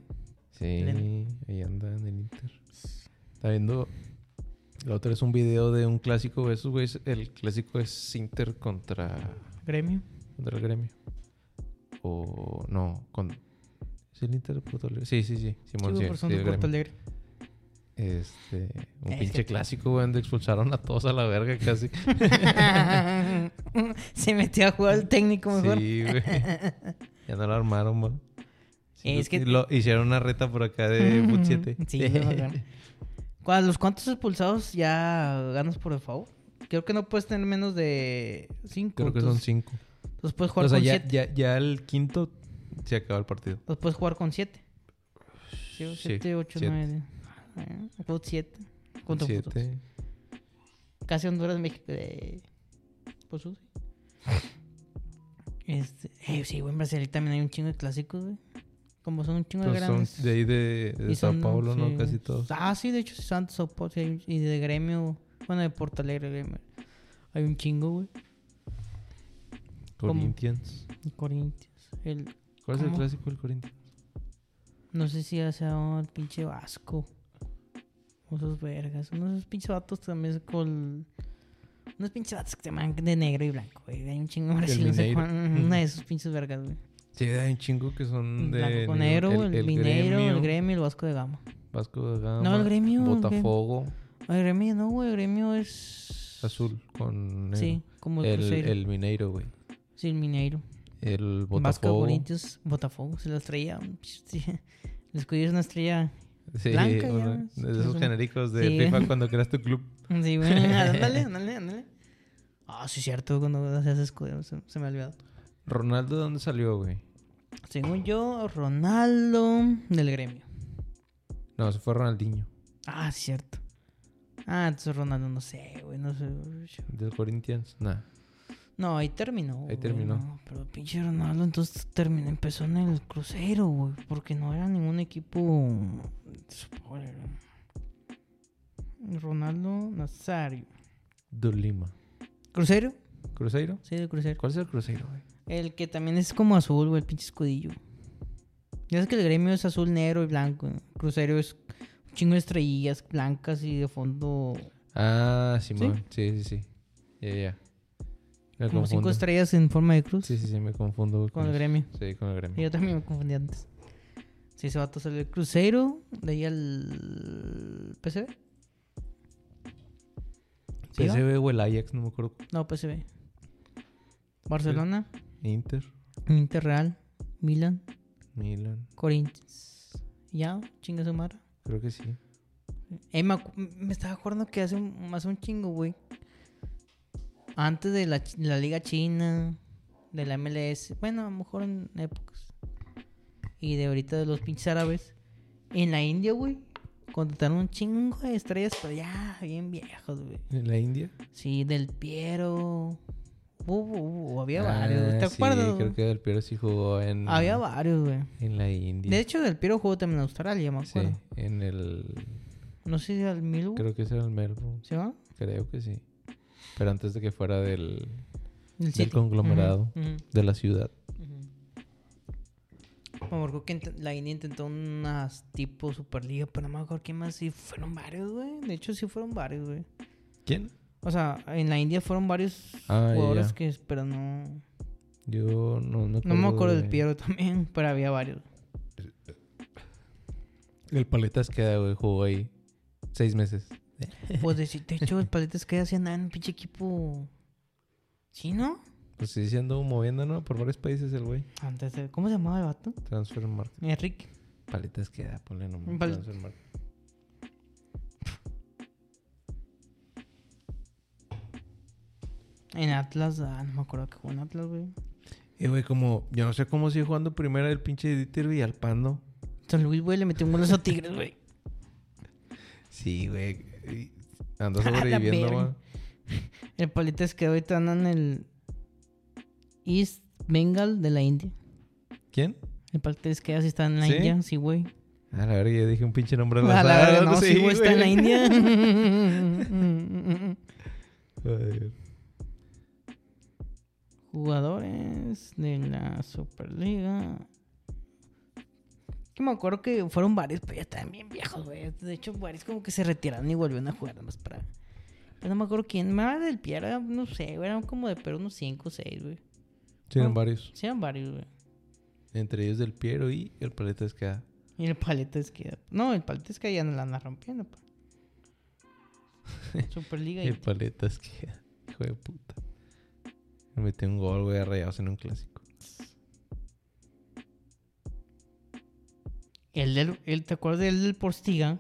Speaker 1: Sí,
Speaker 3: Pleno.
Speaker 1: ahí anda en el Inter. Está viendo. La otra es un video de un clásico de esos, güey. El clásico es Inter contra,
Speaker 3: Gremio.
Speaker 1: contra el gremio. O no, con. ¿Es el Inter de Porto Alegre? Sí, sí, sí. Simón,
Speaker 3: Chivo
Speaker 1: sí,
Speaker 3: por
Speaker 1: sí,
Speaker 3: son de
Speaker 1: el
Speaker 3: Porto
Speaker 1: gremio.
Speaker 3: Alegre.
Speaker 1: Este, un
Speaker 3: Es
Speaker 1: pinche
Speaker 3: que-
Speaker 1: clásico, güey, donde expulsaron a todos a la verga casi.
Speaker 3: Se metió a jugar el técnico mejor.
Speaker 1: Sí, güey. Ya no lo armaron, güey. Sí,
Speaker 3: Es
Speaker 1: lo-
Speaker 3: que-
Speaker 1: lo- hicieron una reta por acá de Foot 7.
Speaker 3: Sí, no, no. ¿Cuál- ¿Los cuantos expulsados ya ganas por favor? Creo que no puedes tener menos de 5.
Speaker 1: Creo que son cinco.
Speaker 3: Entonces puedes jugar
Speaker 1: O sea,
Speaker 3: con
Speaker 1: ya,
Speaker 3: 7.
Speaker 1: ya, ya el quinto se acabó el partido.
Speaker 3: Entonces puedes jugar con 7.
Speaker 1: Sí,
Speaker 3: 7, 8,
Speaker 1: siete.
Speaker 3: 9. Foot 7. ¿Cuánto fútbol?
Speaker 1: Siete.
Speaker 3: Casi Honduras, México. eh, Pues sí. Este, eh, sí, güey, en Brasil también hay un chingo de clásicos, güey. Como son un chingo de
Speaker 1: Pues son
Speaker 3: grandes.
Speaker 1: de ahí de, de
Speaker 3: Y
Speaker 1: Sao
Speaker 3: son,
Speaker 1: Paulo, ¿no?
Speaker 3: sí.
Speaker 1: Casi todos.
Speaker 3: Ah, sí, de hecho, sí, Santos, Sao Paulo, sí, hay un- y de Gremio, bueno, de Porto Alegre, Gremio. Hay un chingo, güey. ¿Cómo?
Speaker 1: Corinthians.
Speaker 3: Y Corinthians. El,
Speaker 1: ¿Cuál es el
Speaker 3: ¿Cómo?
Speaker 1: clásico del Corinthians?
Speaker 3: no sé si ya sea el pinche Vasco. O esos vergas. Unos de esos pinches vatos también con. Unos pinches vatos que se llaman de negro y blanco, güey. Hay un chingo en Brasil. no sé
Speaker 1: Mineiro.
Speaker 3: cuál- Una de esos pinches vergas, güey.
Speaker 1: Sí, hay un chingo que son de.
Speaker 3: blanco con negro, el, Mineiro, el Gremio y el Vasco de Gama.
Speaker 1: Vasco da Gama.
Speaker 3: No, el Gremio, el Gremio.
Speaker 1: Botafogo.
Speaker 3: El Gremio no, güey. El Gremio es.
Speaker 1: azul con negro.
Speaker 3: Sí, como el,
Speaker 1: el,
Speaker 3: Cruzeiro.
Speaker 1: el Mineiro, güey.
Speaker 3: Sí, el Mineiro.
Speaker 1: El
Speaker 3: Vasco
Speaker 1: Botafogo.
Speaker 3: Corinthians, Botafogo, se la estrella. Sí. El escudo es una estrella.
Speaker 1: Sí,
Speaker 3: Blanca, ya,
Speaker 1: uno
Speaker 3: sí,
Speaker 1: de
Speaker 3: es
Speaker 1: esos
Speaker 3: un-
Speaker 1: genéricos de
Speaker 3: Sí.
Speaker 1: FIFA cuando creas tu club.
Speaker 3: Sí, güey. Ándale, ándale, ándale. Ah, sí, es cierto, cuando hacías escudo, se, se me ha olvidado.
Speaker 1: Ronaldo, ¿dónde salió, güey?
Speaker 3: Según yo, Ronaldo del gremio.
Speaker 1: No, se fue Ronaldinho,
Speaker 3: Ah, sí, cierto. Ah, entonces Ronaldo, no sé, güey, no sé.
Speaker 1: del Corinthians. Nah.
Speaker 3: No, ahí terminó. güey,
Speaker 1: terminó.
Speaker 3: no, pero pinche Ronaldo, entonces terminó, empezó en el crucero, güey. Porque no era ningún equipo. Spoiler. Ronaldo Nazario.
Speaker 1: De Lima.
Speaker 3: ¿Crucero?
Speaker 1: ¿Cruzeiro?
Speaker 3: Sí, del crucero.
Speaker 1: ¿Cuál es el Cruzeiro, güey?
Speaker 3: El que también es como azul, güey, el pinche escudillo. Ya sabes que el gremio es azul, negro y blanco. ¿no? Crucero es un chingo de estrellas blancas y de fondo
Speaker 1: Ah, Simón. Sí, sí, sí. Ya, ya. Me
Speaker 3: como cinco
Speaker 1: confundo.
Speaker 3: estrellas en forma de cruz
Speaker 1: Sí, sí, sí, me confundo. güey,
Speaker 3: con el
Speaker 1: eso.
Speaker 3: gremio.
Speaker 1: Sí, con el gremio.
Speaker 3: Yo también me confundí antes. Sí, se va a salió el crucero, de ahí al PCB. ¿Sí va?
Speaker 1: PSV o el Ajax, no me acuerdo.
Speaker 3: No, PCB. Barcelona,
Speaker 1: Inter,
Speaker 3: Inter Real, Milan,
Speaker 1: Milan,
Speaker 3: Corinthians. Ya, chinga su madre.
Speaker 1: creo que sí.
Speaker 3: Eh, me, acu- me estaba acordando que hace un, hace un chingo, güey. Antes de la, chi- la Liga China, de la MLS, bueno, a lo mejor en épocas. Y de ahorita de los pinches árabes. En la India, güey, contrataron un chingo de estrellas, pero ya, bien viejos, güey.
Speaker 1: ¿En la India?
Speaker 3: Sí, del Piero. Hubo, hubo- había
Speaker 1: Ah,
Speaker 3: varios, ¿te
Speaker 1: sí,
Speaker 3: acuerdas?
Speaker 1: creo que Del Piero sí jugó en,
Speaker 3: Había varios, güey.
Speaker 1: en la India.
Speaker 3: De hecho, del Piero jugó también en Australia, me
Speaker 1: sí,
Speaker 3: acuerdo.
Speaker 1: en el...
Speaker 3: No sé si al Milwood,
Speaker 1: Creo que ese era el Melbourne,
Speaker 3: ¿se va?
Speaker 1: creo que sí. Pero antes de que fuera del,
Speaker 3: Del,
Speaker 1: del
Speaker 3: City.
Speaker 1: conglomerado
Speaker 3: Ujú.
Speaker 1: de la ciudad.
Speaker 3: Me acuerdo que int- la India intentó unas tipo Superliga, pero no me acuerdo quién más. Sí, fueron varios, güey. De hecho, sí fueron varios, güey.
Speaker 1: ¿Quién?
Speaker 3: O sea, en la India fueron varios
Speaker 1: Ah, ya,
Speaker 3: jugadores
Speaker 1: ya.
Speaker 3: que, pero no.
Speaker 1: Yo no, no,
Speaker 3: No me acuerdo
Speaker 1: de-
Speaker 3: del Piero también, pero había varios.
Speaker 1: El Paletas queda, güey, jugó ahí seis meses.
Speaker 3: Pues de, de hecho, el Paletas que hacían nada en un pinche equipo. ¿Sí, no?
Speaker 1: Pues sí, se anduvo moviendo, ¿no? Por varios países el güey.
Speaker 3: Antes de- ¿Cómo se llamaba el vato?
Speaker 1: Transfer Market.
Speaker 3: Enrique.
Speaker 1: Paletas queda, ponle nomás.
Speaker 3: Pal-
Speaker 1: Transfer Market.
Speaker 3: En Atlas, ah, no me acuerdo que jugó en Atlas, güey.
Speaker 1: Y, güey, como... Yo no sé cómo sigue jugando primero el pinche Dieter Villalpando.
Speaker 3: San Luis, güey, le metió un gol a esos Tigres, güey.
Speaker 1: Sí, güey. Y Anda
Speaker 3: A la
Speaker 1: sobreviviendo,
Speaker 3: verga.
Speaker 1: va.
Speaker 3: El Paletas que ahorita andan en el East Bengal de la India.
Speaker 1: ¿Quién?
Speaker 3: El Paletas que así está en la
Speaker 1: ¿Sí?
Speaker 3: India, sí, güey.
Speaker 1: A la verga, ya dije un pinche nombre al
Speaker 3: A la
Speaker 1: azar,
Speaker 3: verga, no, sí, güey, está en la
Speaker 1: güey.
Speaker 3: India.
Speaker 1: Joder.
Speaker 3: Jugadores de la Superliga. Que me acuerdo que fueron varios, pero ya estaban bien viejos, güey. De hecho, varios como que se retiraron y volvieron a jugar nomás para. Pero no me acuerdo quién. Más del Piera, no sé, güey, eran como de Perú unos 5 o 6, güey.
Speaker 1: Sí, eran
Speaker 3: Ah.
Speaker 1: varios.
Speaker 3: Sí, eran varios, güey.
Speaker 1: Entre ellos del Piero y el paleta Esqueda.
Speaker 3: Y el paleta es que... No, el paleta es que ya no la anda rompiendo. pa. Superliga.
Speaker 1: El
Speaker 3: Y...
Speaker 1: paleta Esqueda. Hijo de puta. Me metió un gol, güey, a rayados en un clásico.
Speaker 3: El del, el, ¿Te acuerdas del, del Porstiga?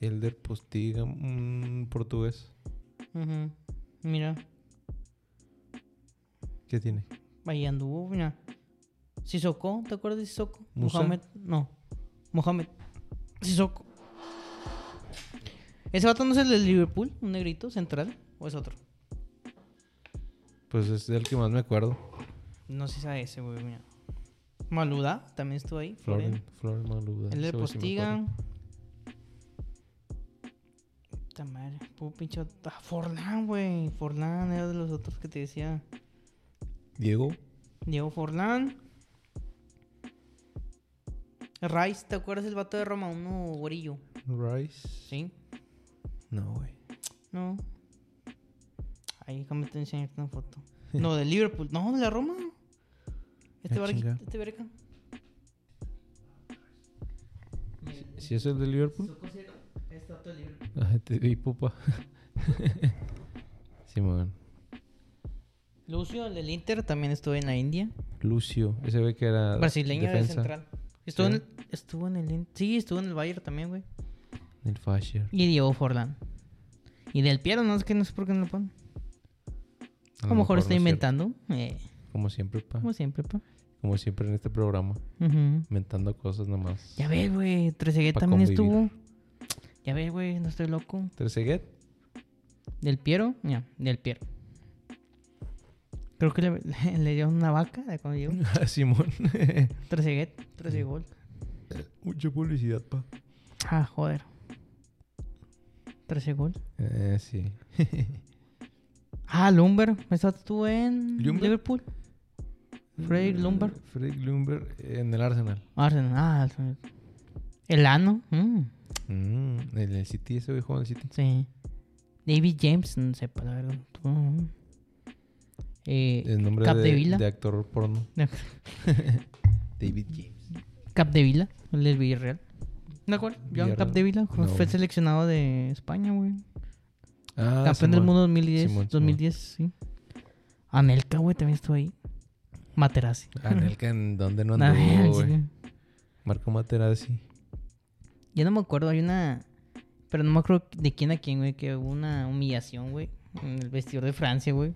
Speaker 1: Elder Postiga, un portugués.
Speaker 3: Ujú. Mira,
Speaker 1: ¿Qué tiene?
Speaker 3: ahí anduvo. Mira. Sissoko, ¿te acuerdas de Sissoko?
Speaker 1: Musa.
Speaker 3: Mohamed. No. Mohamed. Sissoko. ¿Ese vato no es el del Liverpool? ¿Un negrito central? ¿O es otro?
Speaker 1: Pues es el que más me acuerdo.
Speaker 3: No sé si es ese, güey. Mira. Maluda también estuvo ahí. Florian.
Speaker 1: Floren, Floren Maluda.
Speaker 3: El del
Speaker 1: ese güey sí me acuerdo.
Speaker 3: Postiga. Puta madre. Puro pinche. ot- Ah, Forlán, güey. Forlán era de los otros que te decía.
Speaker 1: Diego.
Speaker 3: Diego Forlán. Rice, ¿te acuerdas el vato de Roma? Uno gorillo.
Speaker 1: Rice.
Speaker 3: Sí.
Speaker 1: No, güey.
Speaker 3: No. Ahí, déjame te enseñar una foto. No, de Liverpool. No, de la Roma. Este
Speaker 1: Ah,
Speaker 3: verga.
Speaker 1: chinga.
Speaker 3: Este verga.
Speaker 1: ¿Sí es el de Liverpool?
Speaker 3: Este vato de Liverpool.
Speaker 1: Ah, te vi, pupa. Simón.
Speaker 3: Lucio, el del Inter, también estuvo en la India.
Speaker 1: Lucio. Ese güey que era.
Speaker 3: Brasileño de
Speaker 1: Ah, defensa
Speaker 3: central. Estuvo,
Speaker 1: Sí.
Speaker 3: en el, estuvo en el In- Sí, estuvo en el Bayern también, güey.
Speaker 1: El Fasher.
Speaker 3: Y Diego Forlán. Y del Piero, no es que no sé por qué no lo ponen. A lo mejor está
Speaker 1: no es
Speaker 3: inventando. eh,
Speaker 1: cierto. Como siempre, pa.
Speaker 3: como siempre, pa.
Speaker 1: Como siempre en este programa.
Speaker 3: Ujú.
Speaker 1: Inventando cosas nomás.
Speaker 3: Ya ves, güey. Trezeguet
Speaker 1: Pa'
Speaker 3: también
Speaker 1: convivir.
Speaker 3: estuvo. Ya ves, güey. No estoy loco.
Speaker 1: Trezeguet.
Speaker 3: Del Piero, ya, del Piero. Creo que le, le, dio una vaca de cuando llegó.
Speaker 1: Ah, Simón.
Speaker 3: Trezeguet, Trezegol.
Speaker 1: Mucha publicidad, pa.
Speaker 3: Ah, joder. Trezegol.
Speaker 1: Eh, sí.
Speaker 3: Ah, Lumber. Esa estuvo en
Speaker 1: ¿Lumber? Mm.
Speaker 3: Liverpool. Fredrik Lumber.
Speaker 1: Fredrik Lumber en el Arsenal.
Speaker 3: Arsenal. Ah, Arsenal. El ano. mm,
Speaker 1: Mm, en el City, ese güey jugó en el City.
Speaker 3: sí. David James, no sé, para la verdad. Mm. Eh,
Speaker 1: El nombre
Speaker 3: Cap
Speaker 1: de,
Speaker 3: de Vila.
Speaker 1: de actor porno.
Speaker 3: No.
Speaker 1: David James.
Speaker 3: Capdevila, el del Villarreal. ¿De acuerdo? Joan
Speaker 1: Villarreal.
Speaker 3: Capdevila fue-
Speaker 1: No,
Speaker 3: fue
Speaker 1: güey.
Speaker 3: seleccionado de España, güey.
Speaker 1: Ah,
Speaker 3: Campeón del
Speaker 1: Simón.
Speaker 3: mundo 2010,
Speaker 1: Simón, Simón.
Speaker 3: 2010, sí. Anelka, güey, también estuvo ahí. Materazzi.
Speaker 1: Anelka, Ah, ¿en dónde no
Speaker 3: Nada,
Speaker 1: anduvo,
Speaker 3: Ah, sí,
Speaker 1: güey?
Speaker 3: sí.
Speaker 1: Marco Materazzi.
Speaker 3: Yo no me acuerdo, hay una... Pero no me acuerdo de quién a quién, güey, que hubo una humillación, güey. En el vestidor de Francia, güey.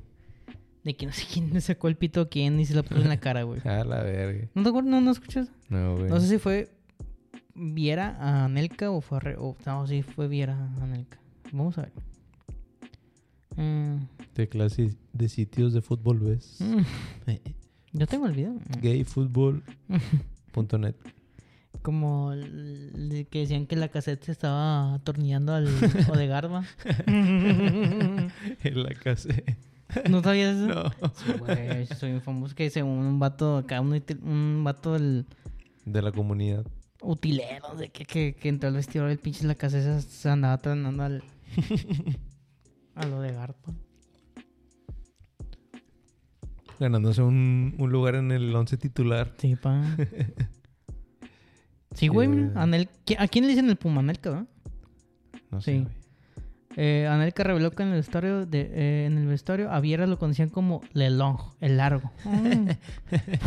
Speaker 3: De que no sé quién le sacó el pito a quién y se lo puso en la cara, güey.
Speaker 1: A la verga.
Speaker 3: ¿No te acuerdas? ¿No, no escuchas?
Speaker 1: No, güey.
Speaker 3: No sé si fue Viera a Anelka o fue... a Re- o- no, sí, fue Viera a Anelka. Vamos a ver. Mm,
Speaker 1: De clases de sitios de fútbol, ¿ves?
Speaker 3: mm.
Speaker 1: eh.
Speaker 3: Yo tengo el video. Mm.
Speaker 1: Gayfutbol.net.
Speaker 3: Como el de que decían que la cassette se estaba atornillando al Odegarba.
Speaker 1: en la casa.
Speaker 3: ¿No sabías eso?
Speaker 1: No.
Speaker 3: Sí, güey, soy un famoso que según un vato, acá un, util- un vato del
Speaker 1: De la comunidad.
Speaker 3: utilero de que, que, que entró al vestidor del pinche la cassette se, se andaba atornillando al al Odegarba.
Speaker 1: Ganándose un, un lugar en el once titular.
Speaker 3: Sí, pa. Sí, güey, mira, Anel, ¿qui- ¿a quién le dicen el Puma? Anelka, ¿verdad?
Speaker 1: No
Speaker 3: Sí.
Speaker 1: sé, güey.
Speaker 3: Eh, Anelka reveló que en el vestuario, de, eh, en el vestuario a Viera lo conocían como Le Long, el largo.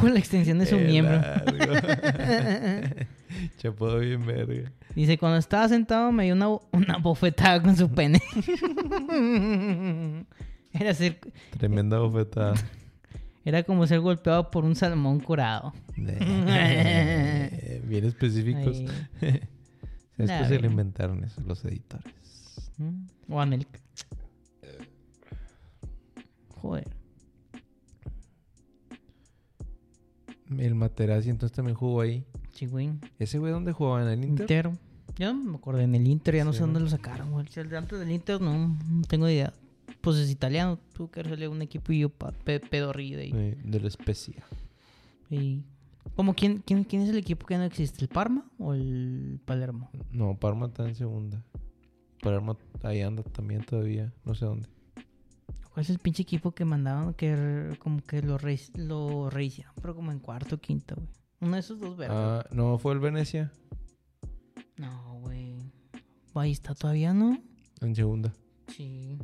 Speaker 3: Por la extensión de su
Speaker 1: Eh,
Speaker 3: miembro.
Speaker 1: largo. Chapado bien verga.
Speaker 3: Dice, cuando estaba sentado me dio una, bo- una bofetada con su pene. era, ser-
Speaker 1: Tremenda bofetada.
Speaker 3: era como ser golpeado por un salmón curado.
Speaker 1: Eh, bien específicos.
Speaker 3: Ahí.
Speaker 1: Después
Speaker 3: Nah,
Speaker 1: se
Speaker 3: güey.
Speaker 1: lo inventaron eso, los editores.
Speaker 3: Mm, O Anelka. Joder.
Speaker 1: El Materazzi entonces también jugó ahí.
Speaker 3: Chihuín.
Speaker 1: ¿Ese güey dónde jugaba? ¿En el Inter?
Speaker 3: Inter. Yo no me acordé en el Inter, ya no
Speaker 1: Sí,
Speaker 3: sé dónde
Speaker 1: ¿no?
Speaker 3: lo sacaron, güey. Si el de antes del Inter no, no tengo idea. Pues es italiano, tuvo que hacerle un equipo y yo pa- pe- pedorrillo de ahí.
Speaker 1: Eh, de la especia.
Speaker 3: Y- ¿Cómo quién, quién, quién es el equipo que no existe? ¿El Parma o el Palermo?
Speaker 1: No, Parma está en segunda. Parma ahí anda también todavía. No sé dónde.
Speaker 3: ¿Cuál es el pinche equipo que mandaban que re- como que lo, re, lo rehicieron, pero como en cuarto o quinto, güey? Uno de esos dos verdes.
Speaker 1: Ah, no, fue el Venecia.
Speaker 3: No, güey. Ahí está todavía, ¿no?
Speaker 1: En segunda.
Speaker 3: Sí.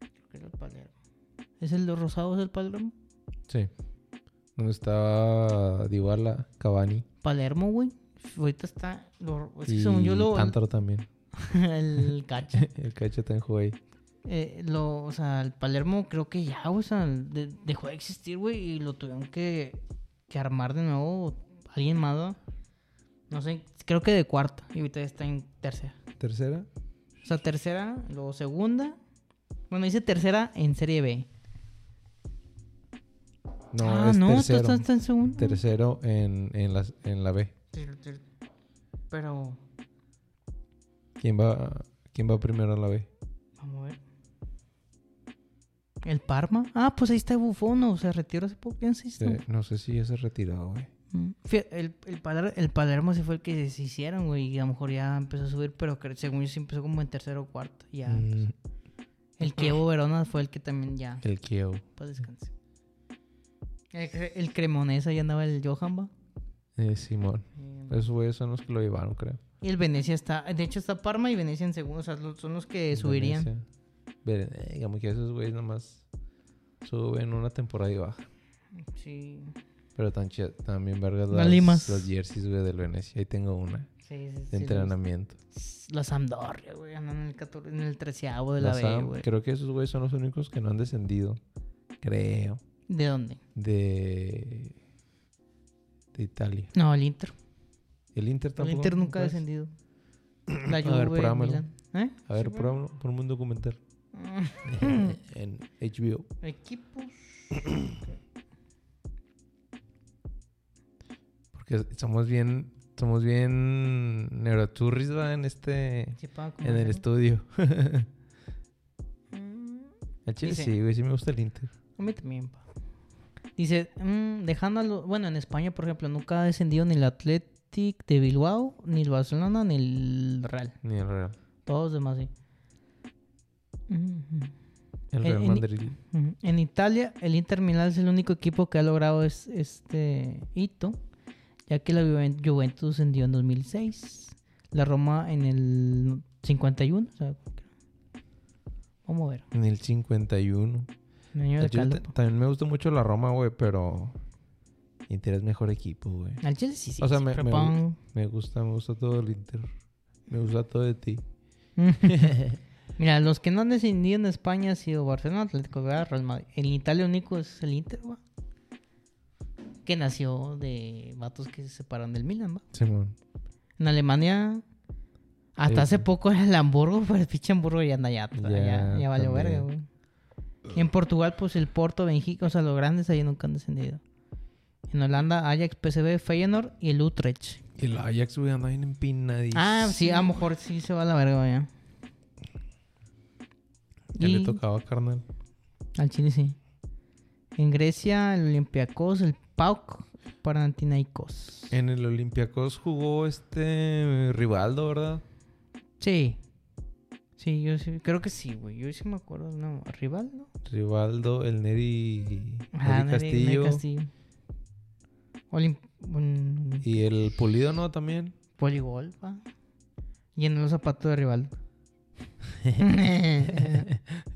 Speaker 3: Creo que era el Palermo. ¿Es el de los rosados del Palermo?
Speaker 1: Sí. Donde estaba Dybala, Cavani.
Speaker 3: Palermo, güey. Ahorita está. lo- es que
Speaker 1: y
Speaker 3: Pues según yo lo.
Speaker 1: Cántaro también.
Speaker 3: El cacha.
Speaker 1: El cacha también jugó ahí.
Speaker 3: Eh, lo, o sea, el Palermo creo que ya, o sea, de- dejó de existir, güey, y lo tuvieron que, que armar de nuevo alguien más, ¿no? No sé, creo que de cuarta, y ahorita está en tercera.
Speaker 1: Tercera.
Speaker 3: O sea, tercera, luego segunda. Bueno, dice tercera en Serie B.
Speaker 1: No,
Speaker 3: ah,
Speaker 1: es
Speaker 3: no, tú
Speaker 1: tercero.
Speaker 3: estás estás en segunda.
Speaker 1: Tercero en, en, la, en la B.
Speaker 3: Ter- ter- Pero,
Speaker 1: ¿Quién va, ¿Quién va primero a la B?
Speaker 3: vamos a ver. ¿El Parma? Ah, pues ahí está Bufono, se retiró hace poco, ¿quién se hizo?
Speaker 1: Eh, no sé si ya se retirado, güey.
Speaker 3: Mm. Fí- El, el, Paler- el Palermo se fue el que deshicieron, güey. Y a lo mejor ya empezó a subir, pero cre- según yo sí empezó como en tercero o cuarto. Ya.
Speaker 1: Mm,
Speaker 3: El Kievo Verona fue el que también ya.
Speaker 1: el Kiev.
Speaker 3: Pues descanse. El, cre- el Cremonesa ya andaba el Johamba.
Speaker 1: Eh, Simón. Esos güeyes son los que lo llevaron, creo.
Speaker 3: Y el Venecia está. De hecho, está Parma y Venecia en segundo. O sea, lo- son los que subirían.
Speaker 1: Venecia. Ver, como que esos güeyes nomás suben una temporada y bajan.
Speaker 3: Sí,
Speaker 1: Pero tan chida- también vergas
Speaker 3: Las
Speaker 1: las,
Speaker 3: limas.
Speaker 1: las jerseys, güey, del Venecia. Ahí tengo una.
Speaker 3: sí, sí.
Speaker 1: De entrenamiento.
Speaker 3: La Sampdoria, güey. Andan en el, 14, en el treceavo de la,
Speaker 1: La
Speaker 3: B,
Speaker 1: Sam-
Speaker 3: güey.
Speaker 1: creo que esos güeyes son los únicos que no han descendido. Creo.
Speaker 3: ¿De dónde?
Speaker 1: De. De Italia.
Speaker 3: No, el Inter.
Speaker 1: El Inter
Speaker 3: El
Speaker 1: tampoco. pues.
Speaker 3: Inter nunca ha
Speaker 1: ¿sabes?
Speaker 3: descendido. La
Speaker 1: A ver,
Speaker 3: Juve, el
Speaker 1: pruébamelo.
Speaker 3: Milan. ¿Eh?
Speaker 1: A ver,
Speaker 3: Sí,
Speaker 1: por un, por un documental. en HBO.
Speaker 3: Mm. Equipos.
Speaker 1: Porque somos bien. Somos bien. Neuroturris, va, en este.
Speaker 3: Sí, pa, como
Speaker 1: En el
Speaker 3: era.
Speaker 1: estudio.
Speaker 3: Mm,
Speaker 1: Al Chile
Speaker 3: Dice-
Speaker 1: sí, güey. Sí me gusta el Inter.
Speaker 3: A mí también, pa. Dice, mm, dejando a lo- Bueno, en España, por ejemplo, nunca ha descendido ni el Athletic de Bilbao, ni el Barcelona, ni el Real.
Speaker 1: Ni el Real.
Speaker 3: Todos los demás sí. Ujú.
Speaker 1: El
Speaker 3: Eh, En-
Speaker 1: Real
Speaker 3: en-
Speaker 1: Madrid.
Speaker 3: Ujú. mm. En Italia, el Inter Milán es el único equipo que ha logrado es- este hito, ya que la Juven- Juventus ascendió en 2006, la Roma en el 51, o sea, vamos a ver.
Speaker 1: En el 51.
Speaker 3: un año de
Speaker 1: Al Chile
Speaker 3: caldo,
Speaker 1: ta-
Speaker 3: pa.
Speaker 1: también me gusta mucho la Roma, güey, pero Inter es mejor equipo, güey.
Speaker 3: Al Chile sí, sí.
Speaker 1: O sea,
Speaker 3: sí,
Speaker 1: me- me-
Speaker 3: propongo.
Speaker 1: Me gusta, me gusta todo el Inter. Me gusta todo de ti.
Speaker 3: Mira, los que no han descendido en España ha sido Barcelona, Atlético de Real Madrid. En Italia único es el Inter, va. Que nació de vatos que se separaron del Milan, va.
Speaker 1: Simón.
Speaker 3: En Alemania, hasta
Speaker 1: Sí.
Speaker 3: hace poco era el Hamburgo, pero el pinche Hamburgo ya anda ya. Ya,
Speaker 1: Ya,
Speaker 3: ya, valió
Speaker 1: también.
Speaker 3: verga, güey. Y en Portugal, pues el Porto, Benfica, o sea, los grandes ahí nunca han descendido. En Holanda, Ajax, PSV, Feyenoord y el Utrecht.
Speaker 1: Y el Ajax, güey, anda bien empinadísimo.
Speaker 3: Ah, sí, a lo mejor sí se va a la verga, vaya.
Speaker 1: Ya
Speaker 3: y-
Speaker 1: le tocaba, carnal.
Speaker 3: Al Chile sí. En Grecia, el Olympiacos, el PAOK, Panathinaikos.
Speaker 1: En el Olympiacos jugó este eh, Rivaldo, ¿verdad?
Speaker 3: Sí. Sí, yo sí, creo que sí, güey. Yo sí me acuerdo, no, rival, ¿no?
Speaker 1: Rivaldo, el Neri, Neri
Speaker 3: Ajá, Ah, Neri- Neri
Speaker 1: Castillo.
Speaker 3: Castillo. Olim- un-
Speaker 1: Y el Pulido, ¿no? También.
Speaker 3: Voleibol, pa. Llenó los zapatos de rival.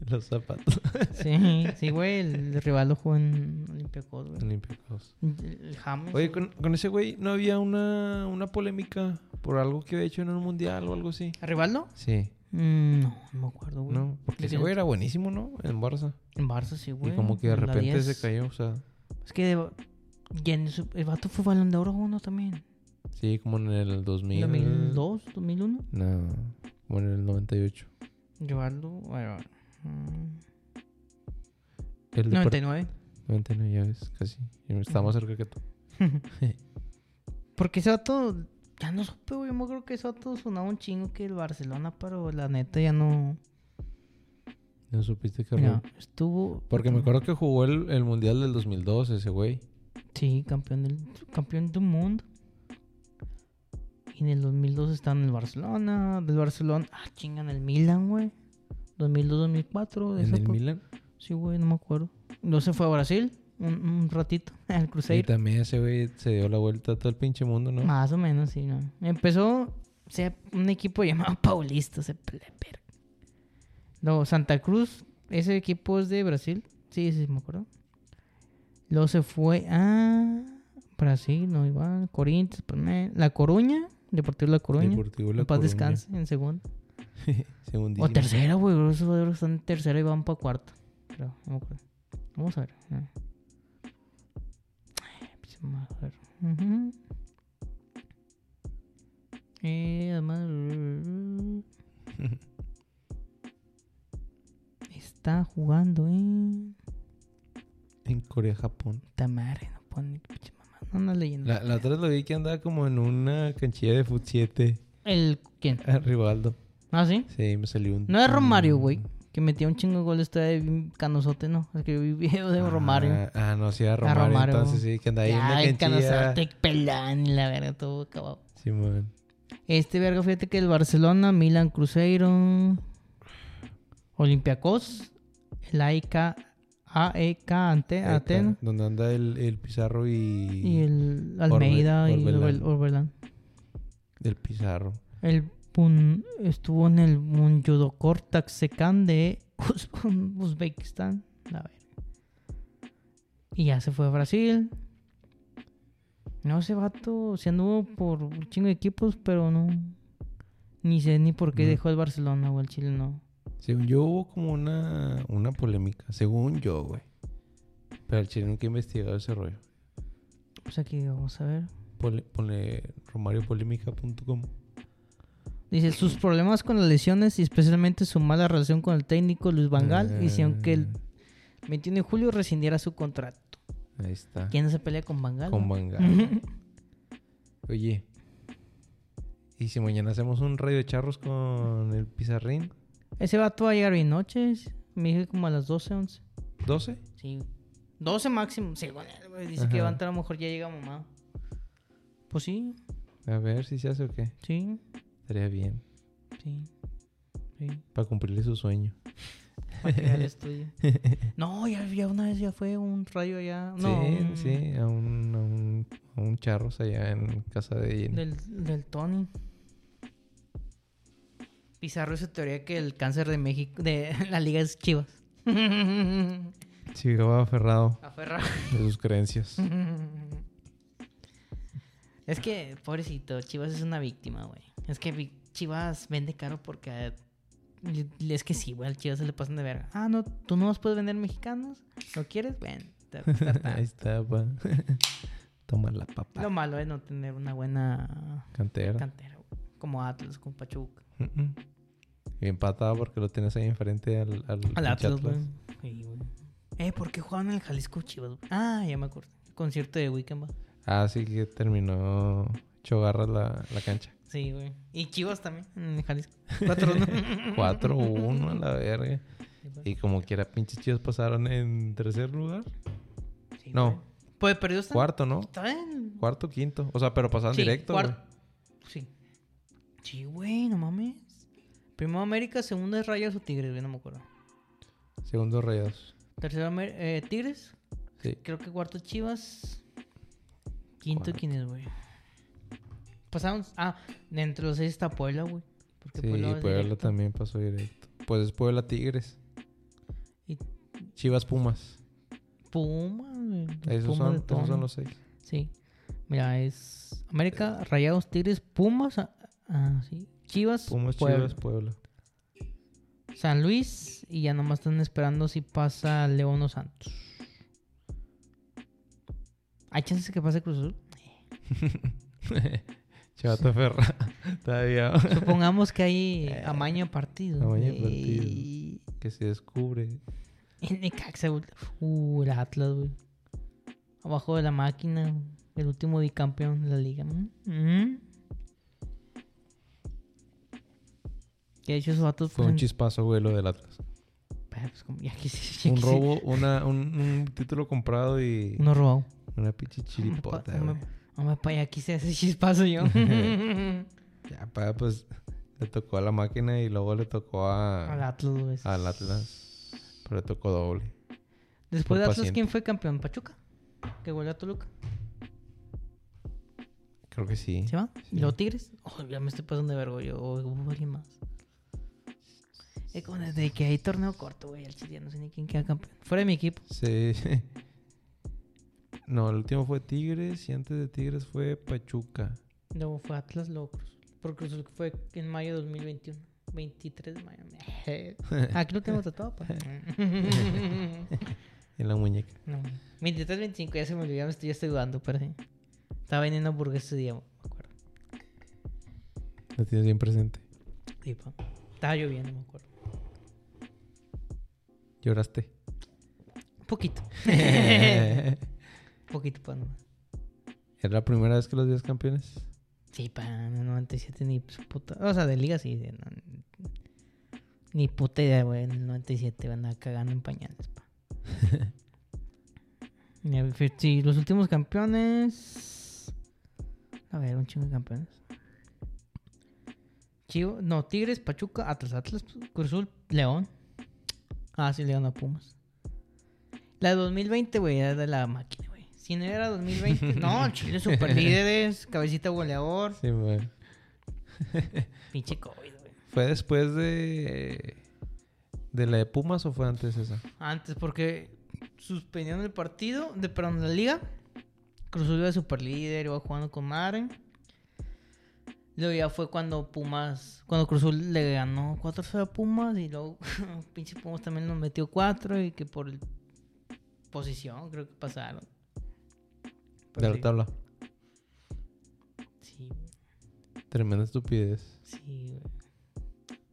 Speaker 1: Los zapatos.
Speaker 3: sí, sí, güey. El rival lo jugó en Olympiacos, güey.
Speaker 1: Olympiacos.
Speaker 3: El el James.
Speaker 1: Oye, con, con ese güey no había una, una polémica por algo que había hecho en un mundial o algo así.
Speaker 3: ¿A rival no?
Speaker 1: Sí.
Speaker 3: Mm, no, no me acuerdo, güey.
Speaker 1: No, porque
Speaker 3: ¿De
Speaker 1: ese
Speaker 3: quién?
Speaker 1: güey era buenísimo, ¿no? En Barça.
Speaker 3: En Barça sí, güey.
Speaker 1: y como que de
Speaker 3: en la
Speaker 1: repente
Speaker 3: 10.
Speaker 1: se cayó, o sea.
Speaker 3: Es que de- y en su- el vato fue balón de oro uno también.
Speaker 1: Sí, como en el 2000.
Speaker 3: 2002, 2001.
Speaker 1: No, como en el 98.
Speaker 3: Rivaldo, bueno, mm,
Speaker 1: El de
Speaker 3: 99.
Speaker 1: Par- 99, ya ves, casi. Y Está más cerca que tú.
Speaker 3: Porque ese vato, ya no supe, güey. Yo me acuerdo que ese vato sonaba un chingo que el Barcelona, pero la neta ya no.
Speaker 1: No supiste que no.
Speaker 3: Mira, estuvo.
Speaker 1: Porque me acuerdo que jugó el, el Mundial del 2002 ese güey.
Speaker 3: Sí, campeón del, campeón del mundo. Y en el 2002 está en el Barcelona. Del Barcelona. Ah, chinga, en el Milan, güey. 2002-2004.
Speaker 1: En el Milan.
Speaker 3: Sí, güey, no me acuerdo. No se fue a Brasil un, un ratito, al
Speaker 1: Y
Speaker 3: Cruzeiro.
Speaker 1: también ese güey se dio la vuelta a todo el pinche mundo, ¿no?
Speaker 3: Más o menos, sí, ¿no? Empezó o sea, un equipo llamado Paulista, ese pleper. Luego, Santa Cruz, ese equipo es de Brasil. Sí, sí, me acuerdo. Luego se fue a Brasil, no igual. Corinthians, Palme- La Coruña, Deportivo La Coruña.
Speaker 1: Deportivo La
Speaker 3: en paz
Speaker 1: Coruña.
Speaker 3: descanse, en segundo.
Speaker 1: Segundísimo.
Speaker 3: O tercera, güey. creo que esos jugadores están en tercera y van para cuarta. Creo, no me acuerdo. Vamos a ver. Ah. Ay, pues, vamos a ver. Ujú. Eh, además. Está jugando eh. en.
Speaker 1: En Corea, Japón.
Speaker 3: Tamare, no pone ni pinche mamá. No anda leyendo.
Speaker 1: La, la otra vez lo vi que andaba como en una canchilla de fut 7
Speaker 3: ¿El quién?
Speaker 1: a Rivaldo.
Speaker 3: Ah, sí.
Speaker 1: Sí, me salió un.
Speaker 3: No es
Speaker 1: Mm.
Speaker 3: Romario, güey. Que metía un chingo de goles todavía bien canosote, ¿no? Es que yo vi video de Romario.
Speaker 1: Ah, ah, no, sí, era Romario.
Speaker 3: Romario.
Speaker 1: Entonces sí, que andaba ahí en
Speaker 3: Ay,
Speaker 1: una canchilla.
Speaker 3: canosote, pelán, y la verga, todo acabado.
Speaker 1: Simón.
Speaker 3: Este verga, fíjate que el Barcelona, Milan Cruzeiro, Olympiacos, el E AEK, AEK E ante,
Speaker 1: Ahí está,
Speaker 3: Atenas
Speaker 1: Donde anda el, el Pizarro y,
Speaker 3: Eh, y el Almeida y el
Speaker 1: Orbelán.
Speaker 3: Orbel- Orbelán.
Speaker 1: El Pizarro.
Speaker 3: El Pun- estuvo en el Munjodokor Taxecan de Uz- Uzbekistán. A ver. Y ya se fue a Brasil. No, ese vato se anduvo por un chingo de equipos, pero no. Ni sé ni por qué
Speaker 1: Mm.
Speaker 3: dejó el Barcelona o el Chile, no.
Speaker 1: Según yo hubo como una, una polémica. Según yo, güey. Pero el chile nunca ha investigado ese rollo.
Speaker 3: Pues aquí vamos a ver.
Speaker 1: Pole, pone romariopolémica.com.
Speaker 3: Dice, sus problemas con las lesiones y especialmente su mala relación con el técnico Luis Vangal hicieron que el 21 de julio rescindiera su contrato.
Speaker 1: Ahí está.
Speaker 3: ¿Quién se pelea con Vangal?
Speaker 1: Con Van Gaal. Oye. ¿Y si mañana hacemos un rayo de charros con el pizarrín?
Speaker 3: Ese vato va a llegar bien noches. Me dije como a las 12, 11.
Speaker 1: ¿12?
Speaker 3: Sí. 12 máximo, según él, güey. Dice que
Speaker 1: Ajá.
Speaker 3: va a entrar, a lo mejor ya llega mamá. Pues sí,
Speaker 1: A ver si se hace o qué.
Speaker 3: sí,
Speaker 1: Estaría bien.
Speaker 3: sí. Sí.
Speaker 1: Para cumplirle su sueño.
Speaker 3: Para que vea el estudio. No, ya, ya una vez ya fue un rayo allá. No,
Speaker 1: sí,
Speaker 3: un-
Speaker 1: sí. A un, a, un, a un charros allá en casa de Jenny.
Speaker 3: Del, del Tony. Pizarro esa teoría que el cáncer de México, de la liga es chivas.
Speaker 1: Sigaba aferrado
Speaker 3: Aferra.
Speaker 1: de sus creencias.
Speaker 3: Es que, pobrecito, Chivas es una víctima, güey. Es que vi- Chivas vende caro porque... eh, le- Es que sí, güey, al Chivas se le pasan de verga. Ah, no, tú no los puedes vender mexicanos. ¿No quieres? Bueno, te va a costar
Speaker 1: Ahí
Speaker 3: tanto.
Speaker 1: está, pa. Toma la papa.
Speaker 3: Lo malo es no tener una buena
Speaker 1: Cantera. Mm,
Speaker 3: cantera, güey. Como Atlas, como Pachuca.
Speaker 1: Mm-mm. Y empatado porque lo tienes ahí enfrente al, al,
Speaker 3: Al
Speaker 1: pinche
Speaker 3: Atlas, güey.
Speaker 1: Atlas.
Speaker 3: Sí, güey. Eh, ¿por qué jugaban en el Jalisco Chivas? güey? Ah, ya me acuerdo. Concierto de Weekend, va.
Speaker 1: Ah, sí que terminó Chogarra la, la cancha.
Speaker 3: Sí, güey. Y Chivas también, en el Jalisco. Cuatro, ¿no?
Speaker 1: 4-1 a la verga.
Speaker 3: Sí, pues. güey.
Speaker 1: Y como quiera, pinches chivas pasaron en tercer lugar.
Speaker 3: Sí,
Speaker 1: No.
Speaker 3: güey. Pues perdió hasta...
Speaker 1: Cuarto, ¿no?
Speaker 3: Está en-
Speaker 1: Cuarto, quinto. O sea, pero pasaron
Speaker 3: Sí,
Speaker 1: directo. güey.
Speaker 3: cuar- Sí. Sí, güey, no mames. Primero América, segundo es Rayas o Tigres, güey, no me acuerdo.
Speaker 1: Segundo rayados.
Speaker 3: Tercero Amer- eh, Tigres.
Speaker 1: Sí.
Speaker 3: Creo que cuarto Chivas. Quinto,
Speaker 1: Cuarto.
Speaker 3: ¿quién es, güey? Pasaron. Ah, entre los seis está Puebla, güey. Porque
Speaker 1: Sí,
Speaker 3: Puebla,
Speaker 1: Puebla,
Speaker 3: es directo.
Speaker 1: también pasó directo. Pues es Puebla Tigres.
Speaker 3: Y-
Speaker 1: Chivas Pumas.
Speaker 3: Puma, güey. los
Speaker 1: Esos
Speaker 3: Pumas
Speaker 1: son,
Speaker 3: de
Speaker 1: esos
Speaker 3: Tona.
Speaker 1: son los seis.
Speaker 3: Sí. Mira, es América, Rayados, Tigres, Pumas. ah, Ah, sí. Chivas,
Speaker 1: Pumas,
Speaker 3: Puebla.
Speaker 1: Chivas, Puebla.
Speaker 3: San Luis y ya nomás están esperando si pasa León o Santos. ¿Hay chances que pase Cruz Azul?
Speaker 1: Chavato Ferra. Todavía.
Speaker 3: Supongamos que hay amaño de partido.
Speaker 1: Eh,
Speaker 3: Eh,
Speaker 1: amaño de partido.
Speaker 3: Y
Speaker 1: que se descubre.
Speaker 3: el Necaxa, güey. Uh, el Atlas, güey. Abajo de la máquina, güey. el último bicampeón de la liga. Mm, mm. Que de hecho esos vatos...
Speaker 1: Fue un
Speaker 3: pues,
Speaker 1: chispazo, güey, lo del Atlas.
Speaker 3: pues, como- ya quise- ya
Speaker 1: Un
Speaker 3: quise-
Speaker 1: robo, una, un, un título comprado y
Speaker 3: No robado.
Speaker 1: una pinche chiripota,
Speaker 3: No me-
Speaker 1: güey.
Speaker 3: No me pa, ya quise hacer chispazo yo.
Speaker 1: Ya, pa, pues le tocó a la máquina y luego le tocó a,
Speaker 3: Al Atlas, güey.
Speaker 1: al Atlas. Pero le tocó doble.
Speaker 3: Después de Atlas,
Speaker 1: paciente.
Speaker 3: ¿quién fue campeón? ¿Pachuca? Que huele a Toluca.
Speaker 1: Creo que sí.
Speaker 3: ¿Se va?
Speaker 1: Sí.
Speaker 3: ¿Y los Tigres? Oh, ya me estoy pasando de vergo yo. Oh, hubo alguien más. Es como desde que hay torneo corto, güey. Al chile ya no sé ni quién queda campeón. Fuera de mi equipo.
Speaker 1: Sí. No, el último fue Tigres y antes de Tigres fue Pachuca.
Speaker 3: Luego fue Atlas, luego Cruz. Por Cruz Azul fue en mayo de 2021. 23 de mayo. Aquí lo tengo tatuado, pues. pa.
Speaker 1: En la muñeca.
Speaker 3: No. 23, 25, ya se me olvidó, ya me estoy, ya estoy dudando, pero sí. Estaba vendiendo hamburguesas ese día, me acuerdo.
Speaker 1: Lo tienes bien presente.
Speaker 3: Sí, pa. Estaba lloviendo, me acuerdo.
Speaker 1: Lloraste.
Speaker 3: Un poquito. Un poquito, pa, nomás.
Speaker 1: ¿Era la primera vez que los 10 campeones?
Speaker 3: Sí, pa, en el 97 ni su pues, puta. O sea, de liga sí. de- no- ni puta idea, güey. En el 97 van a cagando en pañales, pa. Y a ver, sí, los últimos campeones. A ver, un chingo de campeones. Chivo, no, Tigres, Pachuca, Atlas, Atlas, Cruz Azul, León. Ah, sí, León a Pumas. La de 2020, güey, era de la máquina, güey. Si no era 2020, no, Chile super líderes, cabecita goleador,
Speaker 1: Sí, güey.
Speaker 3: pinche COVID, güey.
Speaker 1: Fue después de. ¿De la de Pumas o fue antes esa?
Speaker 3: Antes, porque suspendieron el partido, de, perdón, la liga. Cruz Azul iba de superlíder, iba jugando con madre. Luego ya fue cuando Pumas, cuando Cruz Azul le ganó 4 a Pumas y luego pinche Pumas también nos metió 4 y que por el- posición creo que pasaron.
Speaker 1: De la
Speaker 3: Pues sí.
Speaker 1: tabla.
Speaker 3: Sí,
Speaker 1: Tremenda estupidez.
Speaker 3: sí, güey.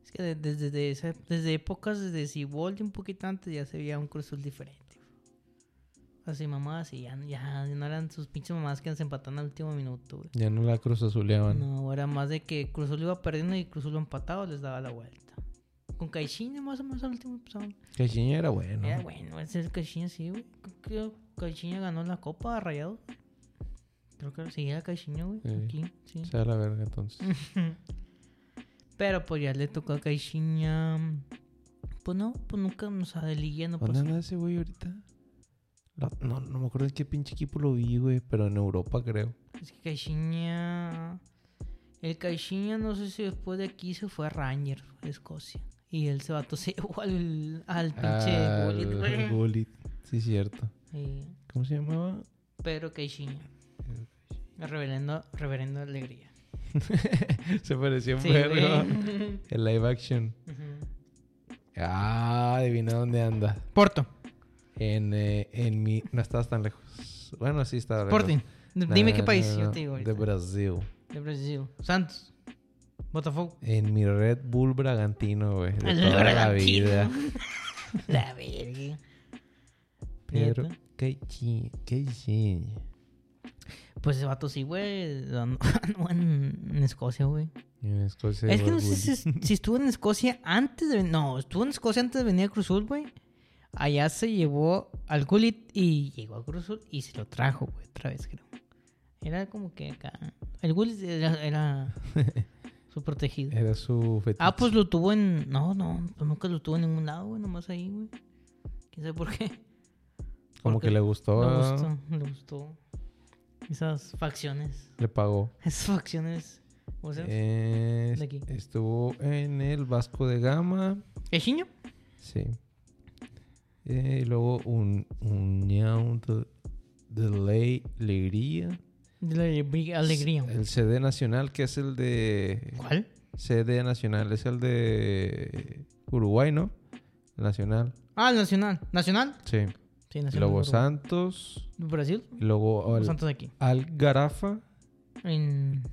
Speaker 3: Es que de- desde, de esa- desde épocas, desde Siboldi un poquito antes ya se veía un Cruz Azul diferente. güey. Así mamadas y ya, ya no eran sus pinches mamadas que se empatan al último minuto, güey.
Speaker 1: Ya no la cruz azuleaban.
Speaker 3: No, era más de que Cruz Azul iba perdiendo y Cruz Azul empatado les daba la vuelta. Con Caixinha más o menos al último pues,
Speaker 1: Caixinha era bueno.
Speaker 3: Era bueno, ese es Caixinha sí, güey. Creo que Caixinha ganó la copa a Rayados. Creo que sí, era Caixinha, güey.
Speaker 1: Sí.
Speaker 3: Aquí, sí.
Speaker 1: O sea, la verga entonces.
Speaker 3: Pero pues ya le tocó a Caixinha. Pues no, pues nunca, o sea, de liguilla no pues,
Speaker 1: ¿Dónde
Speaker 3: pasó.
Speaker 1: anda ese güey ahorita? La- no, no me acuerdo en qué pinche equipo lo vi, güey. Pero en Europa, creo.
Speaker 3: Es que Caixinha. El Caixinha, no sé si después de aquí se fue a Ranger, Escocia. Y él se vato se llevó al, al pinche
Speaker 1: Ah,
Speaker 3: Gullit, güey.
Speaker 1: el Gullit. Sí, cierto.
Speaker 3: Sí,
Speaker 1: ¿Cómo se llamaba?
Speaker 3: Pedro Caixinha. Reverendo, reverendo Alegría.
Speaker 1: se parecía un
Speaker 3: Sí,
Speaker 1: perro.
Speaker 3: güey.
Speaker 1: El live action.
Speaker 3: Ujú.
Speaker 1: Ah, adivina dónde anda.
Speaker 3: Porto,
Speaker 1: En, eh, en mi... No estabas tan lejos. Bueno, sí estaba lejos.
Speaker 3: Sporting. D- Dime
Speaker 1: No,
Speaker 3: qué país,
Speaker 1: no,
Speaker 3: yo
Speaker 1: no.
Speaker 3: te digo ahorita.
Speaker 1: De Brasil.
Speaker 3: De Brasil. Santos. Botafogo.
Speaker 1: En mi Red Bull Bragantino, güey. De
Speaker 3: Ah, El
Speaker 1: toda la
Speaker 3: Bragantino.
Speaker 1: vida.
Speaker 3: La verga.
Speaker 1: Pero...
Speaker 3: Neta.
Speaker 1: Qué chi... Qué chi.
Speaker 3: Pues ese vato sí, güey. no- no en, en Escocia, güey.
Speaker 1: En Escocia...
Speaker 3: es que
Speaker 1: Red
Speaker 3: no sé
Speaker 1: Bull.
Speaker 3: si, si estuvo en Escocia antes de... No, estuvo en Escocia antes de venir a Cruzul, güey. Allá se llevó al Gullit y llegó a Cruzul y se lo trajo, güey, otra vez, creo. Era como que acá... El Gullit era, era su protegido.
Speaker 1: Era su fetiche.
Speaker 3: Ah, pues lo tuvo en... No, no, pues nunca lo tuvo en ningún lado, güey, nomás ahí, güey. Quién sabe por qué.
Speaker 1: Como
Speaker 3: porque
Speaker 1: que le gustó.
Speaker 3: Le
Speaker 1: ¿verdad?
Speaker 3: gustó, le gustó. Esas facciones.
Speaker 1: Le pagó.
Speaker 3: Esas facciones... O sea,
Speaker 1: Eh,
Speaker 3: de aquí.
Speaker 1: estuvo en el Vasco de Gama.
Speaker 3: ¿Quejiño?
Speaker 1: Sí. Eh, y luego un... Un... ñau de- de ley... Alegría.
Speaker 3: De la alegría- alegría.
Speaker 1: El CD Nacional, que es el de.
Speaker 3: ¿Cuál?
Speaker 1: CD Nacional, es el de Uruguay, ¿no? Nacional.
Speaker 3: Ah, el Nacional. ¿Nacional?
Speaker 1: Sí.
Speaker 3: Sí, Nacional.
Speaker 1: Lobo
Speaker 3: Uruguay.
Speaker 1: Santos.
Speaker 3: ¿Brasil?
Speaker 1: y Luego
Speaker 3: Los
Speaker 1: al,
Speaker 3: Santos de aquí.
Speaker 1: Al Garafa.
Speaker 3: ¿En.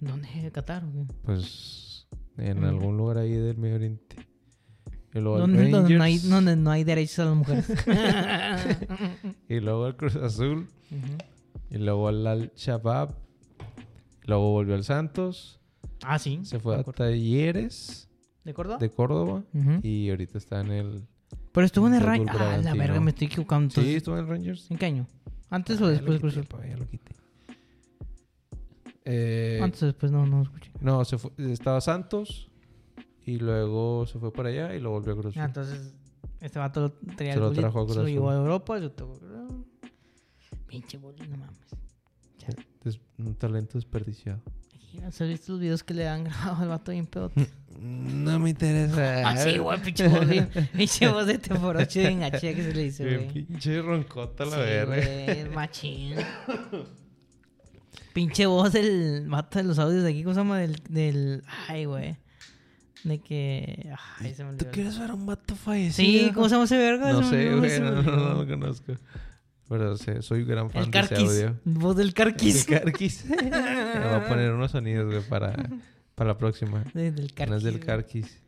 Speaker 3: ¿Dónde? ¿Qatar? o qué?
Speaker 1: Pues en
Speaker 3: Mm.
Speaker 1: algún lugar ahí del Medio Oriente. Y luego al
Speaker 3: ¿Dónde, donde no hay,
Speaker 1: Rangers,
Speaker 3: donde no hay derechos a las mujeres.
Speaker 1: Y luego al Cruz Azul.
Speaker 3: Ujú.
Speaker 1: Y luego al Al Shabab. Luego volvió al Santos.
Speaker 3: ah, sí.
Speaker 1: Se fue a
Speaker 3: ¿De Mm. Córdoba?
Speaker 1: Talleres
Speaker 3: ¿De Córdoba?
Speaker 1: de Córdoba.
Speaker 3: Ujú.
Speaker 1: Y ahorita está en el.
Speaker 3: Pero estuvo en el
Speaker 1: Red
Speaker 3: Rayo.
Speaker 1: Bull
Speaker 3: Ah, la
Speaker 1: Bragantino.
Speaker 3: verga, me estoy equivocando.
Speaker 1: Sí,
Speaker 3: Entonces,
Speaker 1: estuvo Ah, en el Rangers.
Speaker 3: ¿En qué año? ¿Antes o después Pues, de Cruzul?
Speaker 1: Eh,
Speaker 3: Antes o después, no, no escuché.
Speaker 1: no, se fue, estaba Santos y luego se fue para allá y lo volvió a Cruz
Speaker 3: Ah,
Speaker 1: Azul.
Speaker 3: entonces, este vato lo traía
Speaker 1: Se
Speaker 3: el
Speaker 1: lo
Speaker 3: bullying,
Speaker 1: trajo a Cruz
Speaker 3: Se lo llevó a
Speaker 1: Azul.
Speaker 3: Europa. Yo tengo. Pinche bullying, no mames.
Speaker 1: Des- un talento desperdiciado.
Speaker 3: ¿Has visto los videos que le han grabado al vato bien pedote?
Speaker 1: No me interesa.
Speaker 3: Ah, sí, güey, pinche voz de, pinche voz de teporoche de engaché que se le dice,
Speaker 1: Bien
Speaker 3: güey.
Speaker 1: pinche roncota la
Speaker 3: Sí,
Speaker 1: verga.
Speaker 3: güey, machín. pinche voz del mata de los audios de aquí, ¿cómo se llama? Del, del ay, güey. De que, ay, se me olvidó.
Speaker 1: ¿Tú quieres ver a un vato
Speaker 3: Sí,
Speaker 1: fallecido?
Speaker 3: ¿cómo se llama ese verga?
Speaker 1: No
Speaker 3: Se me
Speaker 1: sé,
Speaker 3: olvidó,
Speaker 1: güey,
Speaker 3: se me
Speaker 1: no, no,
Speaker 3: olvidó.
Speaker 1: no lo conozco. Pero sé, soy gran fan
Speaker 3: El
Speaker 1: de ese
Speaker 3: carquis,
Speaker 1: audio.
Speaker 3: voz del
Speaker 1: El
Speaker 3: carquis.
Speaker 1: carquis. Me voy a poner unos sonidos, güey, para, para la próxima.
Speaker 3: De- del
Speaker 1: No
Speaker 3: carquis.
Speaker 1: es del carquis.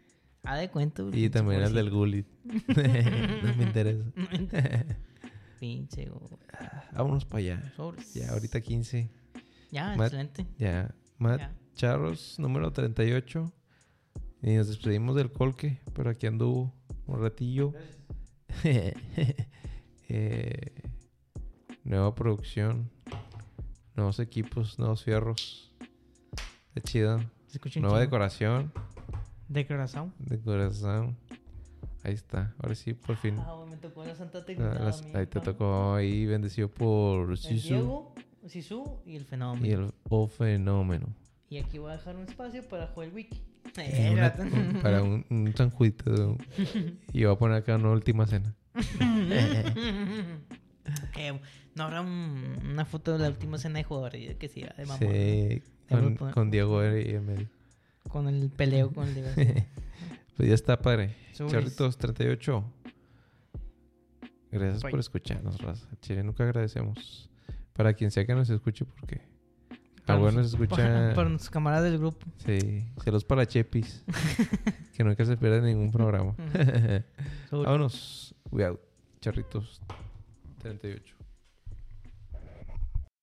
Speaker 3: Ah, de cuento.
Speaker 1: Y también el del Gullit. no me interesa.
Speaker 3: Pinche, güey.
Speaker 1: Vámonos para allá.
Speaker 3: Sobres.
Speaker 1: Ya, ahorita 15.
Speaker 3: Ya,
Speaker 1: Mat-
Speaker 3: excelente.
Speaker 1: Ya. Matt
Speaker 3: Ya.
Speaker 1: Charros, número 38. Y nos despedimos del colque, pero aquí anduvo un ratillo. Eh, nueva producción. Nuevos equipos, nuevos fierros. Está chido.
Speaker 3: Se escucha un
Speaker 1: Nueva
Speaker 3: chingo.
Speaker 1: decoración.
Speaker 3: De corazón.
Speaker 1: Decoración. Ahí está. Ahora sí, por fin.
Speaker 3: Ah, güey, me tocó la Santa
Speaker 1: Ah,
Speaker 3: Tecla.
Speaker 1: las-
Speaker 3: a mí,
Speaker 1: ahí te
Speaker 3: pa.
Speaker 1: tocó ahí, bendecido por
Speaker 3: El
Speaker 1: Sisu
Speaker 3: Diego, Sisu y el fenómeno.
Speaker 1: y el O Fenómeno.
Speaker 3: Y aquí voy a dejar un espacio para jugar el wiki. Eh,
Speaker 1: Una-
Speaker 3: vato.
Speaker 1: un- para un, un San Juditas, güey. Y yo voy a poner acá una última cena.
Speaker 3: Eh, no habrá un- una foto de la última cena de jugadores Yo que sí, de mamón.
Speaker 1: Sí,
Speaker 3: Te voy a
Speaker 1: con,
Speaker 3: poner-
Speaker 1: con Diego y en medio.
Speaker 3: Con el peleo con el Liverpool.
Speaker 1: Pues ya está, padre.
Speaker 3: Sobres.
Speaker 1: Charritos 38. Gracias
Speaker 3: Bye.
Speaker 1: por escucharnos, raza. Al Chile, nunca agradecemos. Para quien sea que nos escuche, porque. Ah,
Speaker 3: Para
Speaker 1: bueno,
Speaker 3: nos-
Speaker 1: nos escucha.
Speaker 3: Para, para nuestros camaradas del grupo.
Speaker 1: Sí, celos para Chepis. que nunca se pierda ningún programa.
Speaker 3: Sobre.
Speaker 1: Vámonos. We out. Charritos 38.